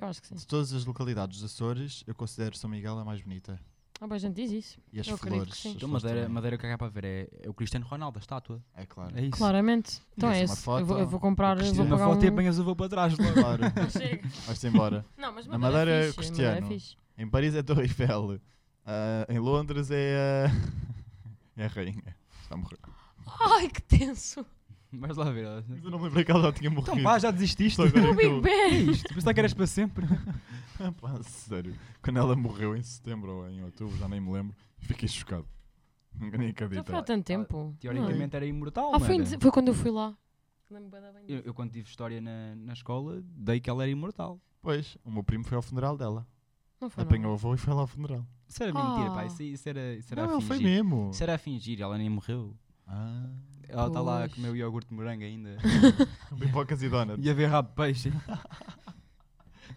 Speaker 2: Eu acho que sim.
Speaker 3: De todas as localidades dos Açores, eu considero São Miguel a mais bonita.
Speaker 2: Ah, bem, a gente diz isso.
Speaker 3: E as
Speaker 2: Eu acredito que
Speaker 3: flores.
Speaker 2: sim.
Speaker 3: as
Speaker 4: Então,
Speaker 3: flores
Speaker 4: Madeira,
Speaker 3: também.
Speaker 4: Madeira, o que é que há para ver? É, é o Cristiano Ronaldo, a estátua.
Speaker 3: É claro.
Speaker 4: É isso.
Speaker 2: Claramente. Então é
Speaker 3: Tiras uma
Speaker 2: isso. Eu vou, eu
Speaker 3: foto,
Speaker 2: vou comprar, eu
Speaker 3: Cristiano.
Speaker 2: vou
Speaker 4: é Uma
Speaker 2: pagar
Speaker 4: foto e
Speaker 2: um...
Speaker 4: apanhas o voo para trás. logo.
Speaker 3: Claro.
Speaker 2: Não chega.
Speaker 3: Vais-te embora.
Speaker 2: Não, mas
Speaker 3: Na
Speaker 2: Madeira
Speaker 3: Madeira,
Speaker 2: é fixe, Madeira é
Speaker 3: Cristiano.
Speaker 2: fixe.
Speaker 3: Em Paris é Torre Eiffel. Ah, em Londres é a. é a rainha. Está a morrer.
Speaker 2: Ai, que tenso.
Speaker 4: Vais lá ver. ela-
Speaker 3: Mas eu não me lembrei que ela já tinha morrido.
Speaker 4: Então pá, já desististe.
Speaker 3: Só
Speaker 2: O
Speaker 3: agora é que
Speaker 2: Big
Speaker 3: eu-
Speaker 2: Ben.
Speaker 4: Isto, pensar que eras para sempre.
Speaker 3: Ah, pá, sério. Quando ela morreu em setembro ou em outubro, já nem me lembro, fiquei chocado. Nunca nem
Speaker 2: Já
Speaker 3: acredito.
Speaker 2: Então, foi há tanto tempo.
Speaker 4: Teoricamente era imortal,
Speaker 2: Não é? Ah,
Speaker 4: não
Speaker 2: foi, em
Speaker 4: era?
Speaker 2: dezem- foi quando eu fui lá. Lembro-me bué da bem
Speaker 4: Eu,
Speaker 2: disso.
Speaker 4: eu quando tive história na, na escola, dei que ela era imortal.
Speaker 3: Pois, o meu primo foi ao funeral dela.
Speaker 2: Não foi
Speaker 3: Apanhou
Speaker 2: não.
Speaker 3: o avô e foi lá ao funeral.
Speaker 4: Isso era mentira, pá.
Speaker 2: Ah.
Speaker 4: Isso, isso era, isso era
Speaker 3: não,
Speaker 4: a
Speaker 3: ele foi
Speaker 4: fingir.
Speaker 3: mesmo.
Speaker 4: Isso era a fingir, ela nem morreu.
Speaker 3: Ah,
Speaker 4: Ela está lá a
Speaker 2: Pois.
Speaker 4: comer o iogurte de morango ainda.
Speaker 3: pipocas e donuts.
Speaker 4: E a ver rabo de peixe.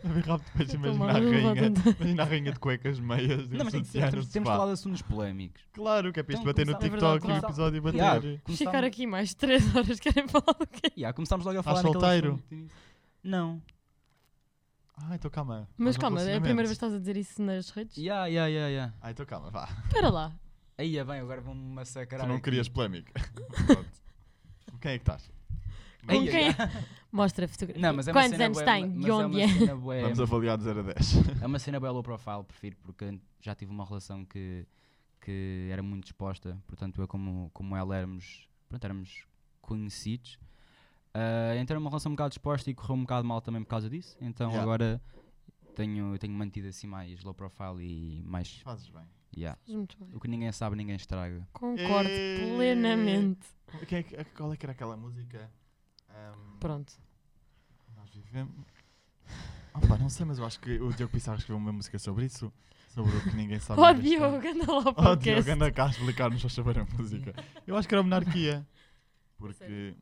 Speaker 3: A ver rápido, depois
Speaker 2: Eu tô
Speaker 3: imagina a
Speaker 2: maluca,
Speaker 3: rainha.
Speaker 2: tô-
Speaker 3: Imagina a rainha de cuecas meias. um
Speaker 4: não, mas tem que ser, temos, temos de falar de assuntos polémicos.
Speaker 3: Claro, que é para isto
Speaker 4: Então,
Speaker 3: bater no
Speaker 4: começamos-
Speaker 2: é
Speaker 3: TikTok e o
Speaker 2: verdade,
Speaker 3: episódio bater.
Speaker 4: Yeah,
Speaker 2: Vamos
Speaker 4: começámos-
Speaker 2: ficar aqui mais 3 horas, querem falar do quê?
Speaker 4: Yeah, começámos logo a falar naquele
Speaker 3: solteiro?
Speaker 4: assunto de início. Não.
Speaker 3: Ah, então calma.
Speaker 2: Mas
Speaker 3: Faz um
Speaker 2: calma, é a primeira vez que
Speaker 3: relacionamento.
Speaker 2: estás a dizer isso nas redes?
Speaker 4: Ya, ya, ya, ya.
Speaker 3: Ah, então calma, vá.
Speaker 2: Espera lá.
Speaker 4: Aí é bem, agora vão-me massacrar.
Speaker 3: Tu não
Speaker 4: aqui.
Speaker 3: querias polémica. Pronto. Com Quem é que estás?
Speaker 2: Com
Speaker 4: Ai, ai,
Speaker 2: quem?
Speaker 4: ai.
Speaker 2: Mostra a fotografia.
Speaker 4: Não, mas é uma
Speaker 2: Quantos
Speaker 4: cena
Speaker 2: anos
Speaker 4: bué-
Speaker 2: tem?
Speaker 4: mas
Speaker 2: De onde
Speaker 4: é?
Speaker 2: é?
Speaker 4: Uma cena bué-
Speaker 3: Vamos avaliar de 0 a 10.
Speaker 4: é uma cena bem low profile, prefiro, porque já tive uma relação que, que era muito exposta, portanto eu como, como ela éramos, pronto, éramos conhecidos. Ah, então era uma relação um bocado exposta e correu um bocado mal também por causa disso, então
Speaker 3: Yeah.
Speaker 4: agora tenho, tenho mantido assim mais low profile e mais...
Speaker 3: Fazes bem.
Speaker 4: yeah.
Speaker 2: Faz muito bem.
Speaker 4: O que ninguém sabe, ninguém estraga.
Speaker 2: Concordo
Speaker 3: Eh.
Speaker 2: plenamente.
Speaker 3: Quem é que- qual é que era aquela música? Ahm,
Speaker 2: Pronto.
Speaker 3: Nós vivemos. Opa, não sei, mas eu acho que o Diogo Pissarro escreveu uma música sobre isso. Sobre o que ninguém sabe.
Speaker 2: Ó
Speaker 3: ninguém
Speaker 2: Diogo,
Speaker 3: sabe.
Speaker 2: anda lá ao
Speaker 3: Oh, Diogo,
Speaker 2: podcast.
Speaker 3: anda cá a explicar-nos a saber a música. Eu acho que era a monarquia. Porque.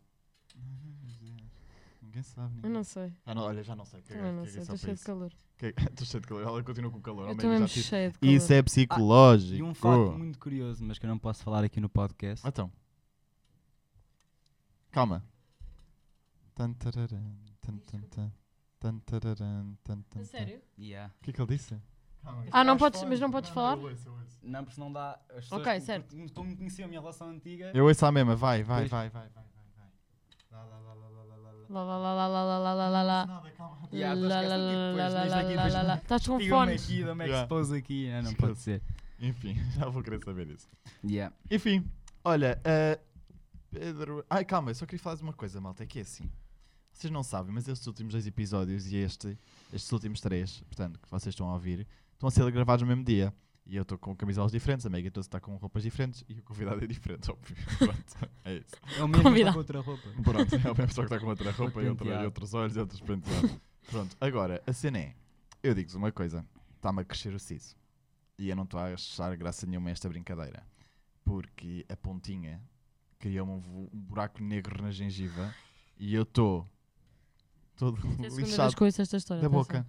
Speaker 3: Ninguém sabe.
Speaker 2: Eu
Speaker 3: Ninguém...
Speaker 2: não sei.
Speaker 3: Ah, não, olha, já não sei. Caguei,
Speaker 4: é
Speaker 2: Também não
Speaker 3: caguei
Speaker 2: sei.
Speaker 3: só
Speaker 2: Estou
Speaker 3: para
Speaker 2: cheio de
Speaker 3: isso.
Speaker 2: calor.
Speaker 3: Caguei- Estou cheio de calor. Ela continua com calor. ao
Speaker 2: Eu
Speaker 3: menos
Speaker 2: estou
Speaker 3: já
Speaker 2: mesmo
Speaker 3: tive-
Speaker 2: cheia de calor.
Speaker 3: Isso é psicológico.
Speaker 4: E um facto muito curioso, mas que eu não posso falar aqui no podcast.
Speaker 3: Então. Calma. Tan, tararam, tan, tan, tan, tan, tararam, tan, tan,
Speaker 2: A
Speaker 3: tan.
Speaker 2: sério?
Speaker 4: Yeah.
Speaker 3: O que é que ele disse?
Speaker 2: é Ah, não podes, mas não podes falar?
Speaker 4: Não, porque senão dá. As pessoas
Speaker 2: Ok,
Speaker 4: que-
Speaker 2: certo.
Speaker 4: que- Como me conheciam a minha relação antiga.
Speaker 3: Eu ouço à mesma, vai, vai,
Speaker 4: Pois.
Speaker 3: vai, vai, vai, vai, vai. Lá, lá, lá, lá, lá, lá, lá, lá.
Speaker 2: Lá, lá, lá, lá, lá, lá, lá, lá, lá.
Speaker 3: Nada, calma.
Speaker 4: Yeah, depois
Speaker 2: Lá,
Speaker 4: esquece
Speaker 2: lá,
Speaker 4: aqui,
Speaker 2: lá,
Speaker 4: depois
Speaker 2: lá,
Speaker 4: diz
Speaker 2: lá,
Speaker 4: aqui,
Speaker 2: lá,
Speaker 4: depois
Speaker 2: lá, lá. Estás com
Speaker 4: Digam-me
Speaker 2: fones?
Speaker 4: aqui, dá-me
Speaker 3: Yeah.
Speaker 4: expose aqui. Ah, não pode ser.
Speaker 3: Enfim, já vou querer saber isso.
Speaker 4: Yeah.
Speaker 3: Enfim, olha, eh, Pedro. Ai, calma, eu só queria falar de uma coisa, malta. É que é assim. Vocês não sabem, mas estes últimos dois episódios e este, estes últimos três, portanto, que vocês estão a ouvir, estão a ser gravados no mesmo dia. E eu estou com camisolas diferentes, a Megan toda está com roupas diferentes e o convidado é diferente, óbvio. Pronto, é isso.
Speaker 4: É o mesmo
Speaker 2: Convidado.
Speaker 4: com outra roupa.
Speaker 3: Pronto, é a mesma pessoa que está com outra roupa e, outra,
Speaker 4: Penteado.
Speaker 3: e outros olhos e outros penteados. Pronto, agora, a cena é: eu digo-vos uma coisa, está-me a crescer o siso. E eu não estou a achar graça nenhuma a esta brincadeira. Porque a pontinha criou-me um, vu- um buraco negro na gengiva e eu estou todo
Speaker 2: É a segunda vez
Speaker 3: lixado
Speaker 2: que ouço esta história. tá
Speaker 3: da
Speaker 2: atenção.
Speaker 3: boca.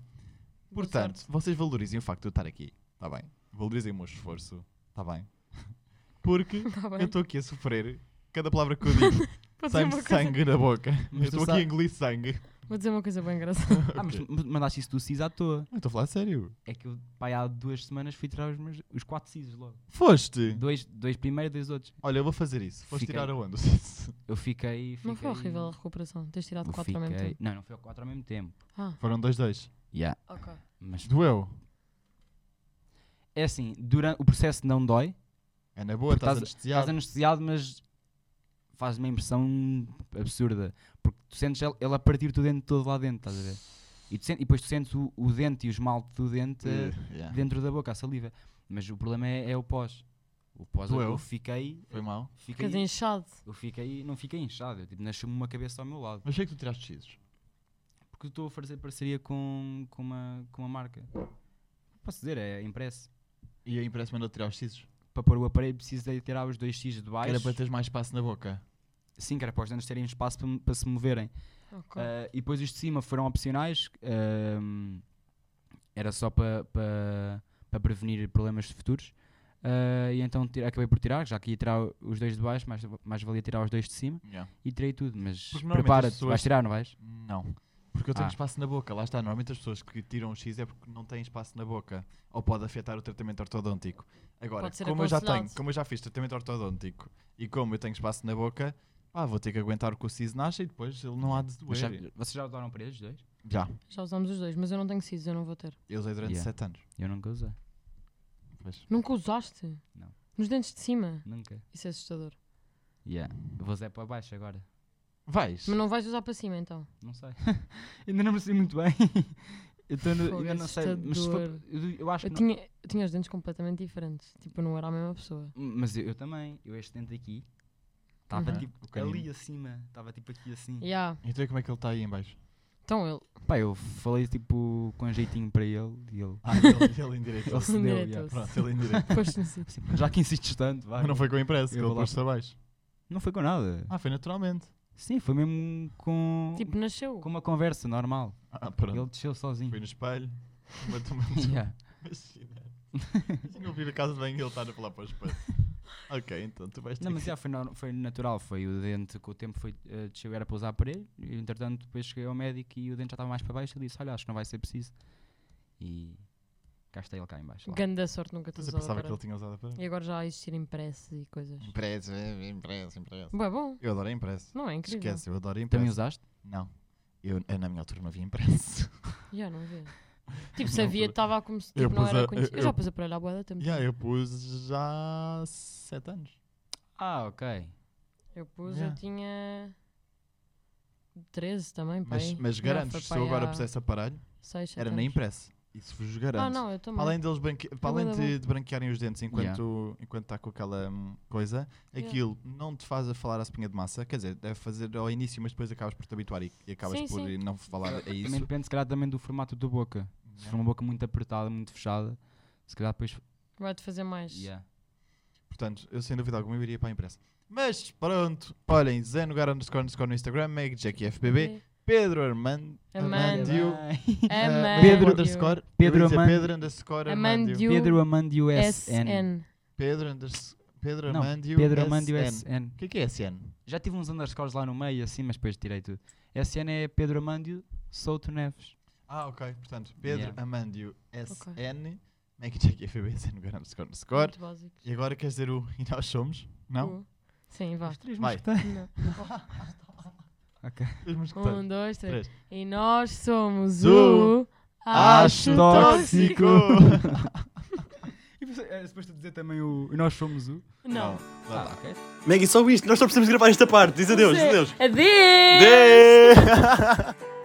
Speaker 3: Portanto, vocês valorizem o facto de eu estar aqui, está bem? Valorizem o meu esforço, está bem? Porque
Speaker 2: Está Tá bem.
Speaker 3: eu estou aqui a sofrer cada palavra que eu
Speaker 2: Vou
Speaker 3: digo.
Speaker 2: dizer
Speaker 3: Sai-me
Speaker 2: Assim uma coisa-
Speaker 3: sangue na boca. Eu
Speaker 4: Mas tu
Speaker 3: estou aqui
Speaker 4: sa-
Speaker 3: a engolir sangue.
Speaker 2: Vou dizer uma coisa bem engraçada.
Speaker 4: Ah, mas mas mandaste isso do CIS à toa.
Speaker 3: Eu estou a falar sério.
Speaker 4: É que eu, pai, há duas semanas fui tirar os, meus, os quatro CIS logo.
Speaker 3: Foste.
Speaker 4: Dois, dois primeiros, dois outros.
Speaker 3: Olha, eu vou fazer isso. Foste
Speaker 4: Fiquei.
Speaker 3: tirar aonde?
Speaker 4: Eu fiquei.
Speaker 2: Não foi
Speaker 4: fiquei-
Speaker 2: horrível a recuperação. Tens tirado
Speaker 4: eu
Speaker 2: 4 ao mesmo
Speaker 4: fiquei-
Speaker 2: tempo.
Speaker 4: Não, não foi ao quatro ao mesmo tempo.
Speaker 2: Ah, um
Speaker 3: Foram dois, dois.
Speaker 4: Yeah.
Speaker 2: ok.
Speaker 4: Mas
Speaker 3: Doeu.
Speaker 4: é assim, durante, o processo não dói.
Speaker 3: É na boa,
Speaker 4: Porque
Speaker 3: estás
Speaker 4: estás-
Speaker 3: anestesiado.
Speaker 4: Estás anestesiado, mas faz uma impressão absurda. Porque tu sentes ele, ele a partir do dente todo lá dentro, estás a ver? E, tu sen- e depois tu sentes o, o dente e o esmalte do dente eh,
Speaker 3: Eh, yeah.
Speaker 4: dentro da boca, a saliva. Mas o problema é, é o pós. O pós eu,
Speaker 3: Doeu?
Speaker 4: fiquei.
Speaker 3: Foi mal.
Speaker 4: fiquei
Speaker 2: Ficas inchado.
Speaker 4: eu fiquei, não fiquei inchado, eu tipo, nasceu-me uma cabeça ao meu lado.
Speaker 3: Mas achei que tu tiraste X.
Speaker 4: Porque eu estou a fazer parceria com, com, uma, com uma marca. Posso dizer, é impresso.
Speaker 3: E aí parece-me não tirar os X.
Speaker 4: Para pôr o aparelho precisei tirar os dois X de baixo.
Speaker 3: Era para teres mais espaço na boca.
Speaker 4: Sim, que era para os dentes terem espaço para, para se moverem.
Speaker 2: Ok.
Speaker 4: Ah, e depois os de cima foram opcionais. ahm, era só para pa, pa prevenir problemas futuros. Ah, e então tira- acabei por tirar, já que ia tirar os dois de baixo, mais, mais valia tirar os dois de cima. E tirei tudo, mas
Speaker 3: Porque normalmente as
Speaker 4: prepara-te,
Speaker 3: pessoas-
Speaker 4: vais tirar, não vais?
Speaker 3: Não. Porque eu tenho
Speaker 4: Ah.
Speaker 3: espaço na boca. Lá está. Normalmente as pessoas que tiram o X é porque não têm espaço na boca. Ou pode afetar o tratamento ortodôntico. Agora,
Speaker 2: Pode ser
Speaker 3: como eu, já
Speaker 2: aconselhado.
Speaker 3: tenho, como eu já fiz tratamento ortodôntico e como eu tenho espaço na boca, pá, vou ter que aguentar o que o CIS nasce e depois ele não há de doer.
Speaker 4: Mas já, vocês já usaram para eles dois?
Speaker 3: Já.
Speaker 2: Já usámos os dois, mas eu não tenho siso, eu não vou ter.
Speaker 3: Eu usei durante
Speaker 4: Yeah.
Speaker 3: 7 anos.
Speaker 4: Eu nunca usei. Pois,
Speaker 2: Nunca usaste?
Speaker 4: Não.
Speaker 2: Nos dentes de cima?
Speaker 4: nunca.
Speaker 2: Isso é assustador.
Speaker 4: Yeah. Vou zé para baixo agora.
Speaker 3: Vais.
Speaker 2: Mas não vais usar para cima então?
Speaker 4: Não sei. ainda não percebi muito bem. Eu tô no-
Speaker 2: Fogo,
Speaker 4: ainda não sei.
Speaker 3: tá
Speaker 4: Mas se for-
Speaker 2: assustador.
Speaker 4: eu, eu acho
Speaker 2: Eu
Speaker 4: que. não- Hum.
Speaker 2: tinha, eu tinha os dentes completamente diferentes. Tipo, eu não era a mesma pessoa.
Speaker 4: Mas eu, eu também. Eu este dente aqui. Estava
Speaker 2: Uhum.
Speaker 4: tipo
Speaker 3: Ok.
Speaker 4: ali acima. Estava tipo aqui assim.
Speaker 2: Yeah.
Speaker 3: Então como é que ele está aí em baixo?
Speaker 2: Então ele.
Speaker 4: Pá, eu falei tipo com jeitinho para ele e ele.
Speaker 3: Ah, ele, ele endireitou.
Speaker 4: Ele se deu. yeah,
Speaker 2: Endireitou-se.
Speaker 4: pronto.
Speaker 3: Pronto, ele endireitou.
Speaker 2: Pôs-te no sítio.
Speaker 4: Sim, Já que insistes tanto, vai.
Speaker 3: Mas não foi com impresso, que
Speaker 4: Eu
Speaker 3: ele
Speaker 4: vou lá.
Speaker 3: pôs-se abaixo.
Speaker 4: Não foi com nada.
Speaker 3: Ah, foi naturalmente.
Speaker 4: Sim, foi mesmo com,
Speaker 2: Tipo, nasceu.
Speaker 3: é
Speaker 4: com uma conversa normal.
Speaker 3: Ah, pronto.
Speaker 4: Ele desceu sozinho.
Speaker 3: Foi no espelho. Bateu uma
Speaker 4: Yeah.
Speaker 3: Imagina. Imagina ouvir a casa de banho e ele estar a falar para o espelho. ok, então tu vais ter
Speaker 4: Não, mas
Speaker 3: que...
Speaker 4: já foi, nor- foi natural, foi o dente com o tempo foi eh, desceu, era para usar aparelho, e entretanto depois cheguei ao médico e o dente já estava mais para baixo e disse, olha, acho que não vai ser preciso. E cá está ele cá em baixo. lá.
Speaker 2: Ganda sorte nunca te
Speaker 3: Mas eu
Speaker 2: usou.
Speaker 3: pensava que ele tinha usado a parede.
Speaker 2: E agora já há existir impressos e coisas.
Speaker 3: Impresso, é, impresso, impresso.
Speaker 2: Bom, bom.
Speaker 3: Eu adoro impresso.
Speaker 2: Não é incrível.
Speaker 3: Esquece, eu adoro
Speaker 4: Também
Speaker 3: impresso.
Speaker 4: usaste?
Speaker 3: Não. Eu, eu na minha altura não havia impresso.
Speaker 2: Já não vê. Tipo, sabia,
Speaker 3: altura.
Speaker 2: estava como se
Speaker 3: Eu
Speaker 2: tipo, não
Speaker 3: pus
Speaker 2: era
Speaker 3: a-
Speaker 2: conhecido.
Speaker 3: eu-
Speaker 2: Eu já
Speaker 3: eu-
Speaker 2: pus a parelha à boa da tempo.
Speaker 3: yeah, eu pus já há 7 anos.
Speaker 4: Ah, ok.
Speaker 2: Eu pus,
Speaker 3: Yeah.
Speaker 2: eu tinha 13 também, pai.
Speaker 3: Mas, mas garanto, se eu agora pusesse aparelho, era na impresso. Isso vos garanto.
Speaker 2: Ah, não, eu também.
Speaker 3: Para além, deles branque... para
Speaker 2: É bué
Speaker 3: além
Speaker 2: da
Speaker 3: de, de branquearem os dentes enquanto está com aquela hum, coisa,
Speaker 2: Yeah.
Speaker 3: aquilo não te faz a falar à espinha de massa. Quer dizer, deve fazer ao início, mas depois acabas por te habituar e, e acabas
Speaker 2: Sim,
Speaker 3: por
Speaker 2: sim.
Speaker 3: não falar a
Speaker 4: Também
Speaker 3: isso.
Speaker 4: depende, se calhar, também do formato da boca. Se for uma boca muito apertada, muito fechada, se calhar depois...
Speaker 2: Vai-te fazer mais.
Speaker 4: Yeah.
Speaker 3: Portanto, eu sem dúvida alguma eu iria para a impressa. Mas pronto, olhem, Zé Nogar underscore underscore no Instagram, Meg, Jackie FBB,
Speaker 2: Eh,
Speaker 3: Pedro Armando,
Speaker 2: Amandio.
Speaker 3: eh,
Speaker 2: Amandio.
Speaker 3: Pedro underscore,
Speaker 4: Pedro
Speaker 3: eu ia dizer
Speaker 4: Amândio.
Speaker 3: Pedro underscore Armando,
Speaker 2: Amandio.
Speaker 4: Pedro Amandio SN.
Speaker 2: SN.
Speaker 3: Pedro underscore, Pedro
Speaker 4: Não,
Speaker 3: Armândio
Speaker 4: Pedro Amandio
Speaker 3: SN.
Speaker 4: SN.
Speaker 3: O que é que é SN?
Speaker 4: Já tive uns underscores lá no meio, assim, mas depois tirei tudo. SN é Pedro Amândio Souto Neves.
Speaker 3: Ah, ok. Portanto, Pedro
Speaker 4: Yeah.
Speaker 3: Amândio SN, Maggie Jack FB, SN Graham underscore underscore.
Speaker 2: Muito básico.
Speaker 3: E agora queres dizer o E nós somos? Não?
Speaker 2: Um. Sim, vá.
Speaker 4: três
Speaker 3: Vai.
Speaker 4: mosqueteiros.
Speaker 2: Não.
Speaker 4: Ok.
Speaker 3: Os mosqueteiros.
Speaker 2: Um, dois, três.
Speaker 3: Três.
Speaker 2: E nós somos
Speaker 3: Zoom.
Speaker 2: o. Acho
Speaker 4: Tóxico.
Speaker 3: Tóxico.
Speaker 4: E depois- é suposto dizer também o. Nós somos o.
Speaker 2: Não.
Speaker 3: Vá lá.
Speaker 4: ok.
Speaker 2: é
Speaker 1: Maggie, só isto. Nós só precisamos gravar esta parte. Diz adeus, diz adeus.
Speaker 2: Adeus!
Speaker 1: Adeus.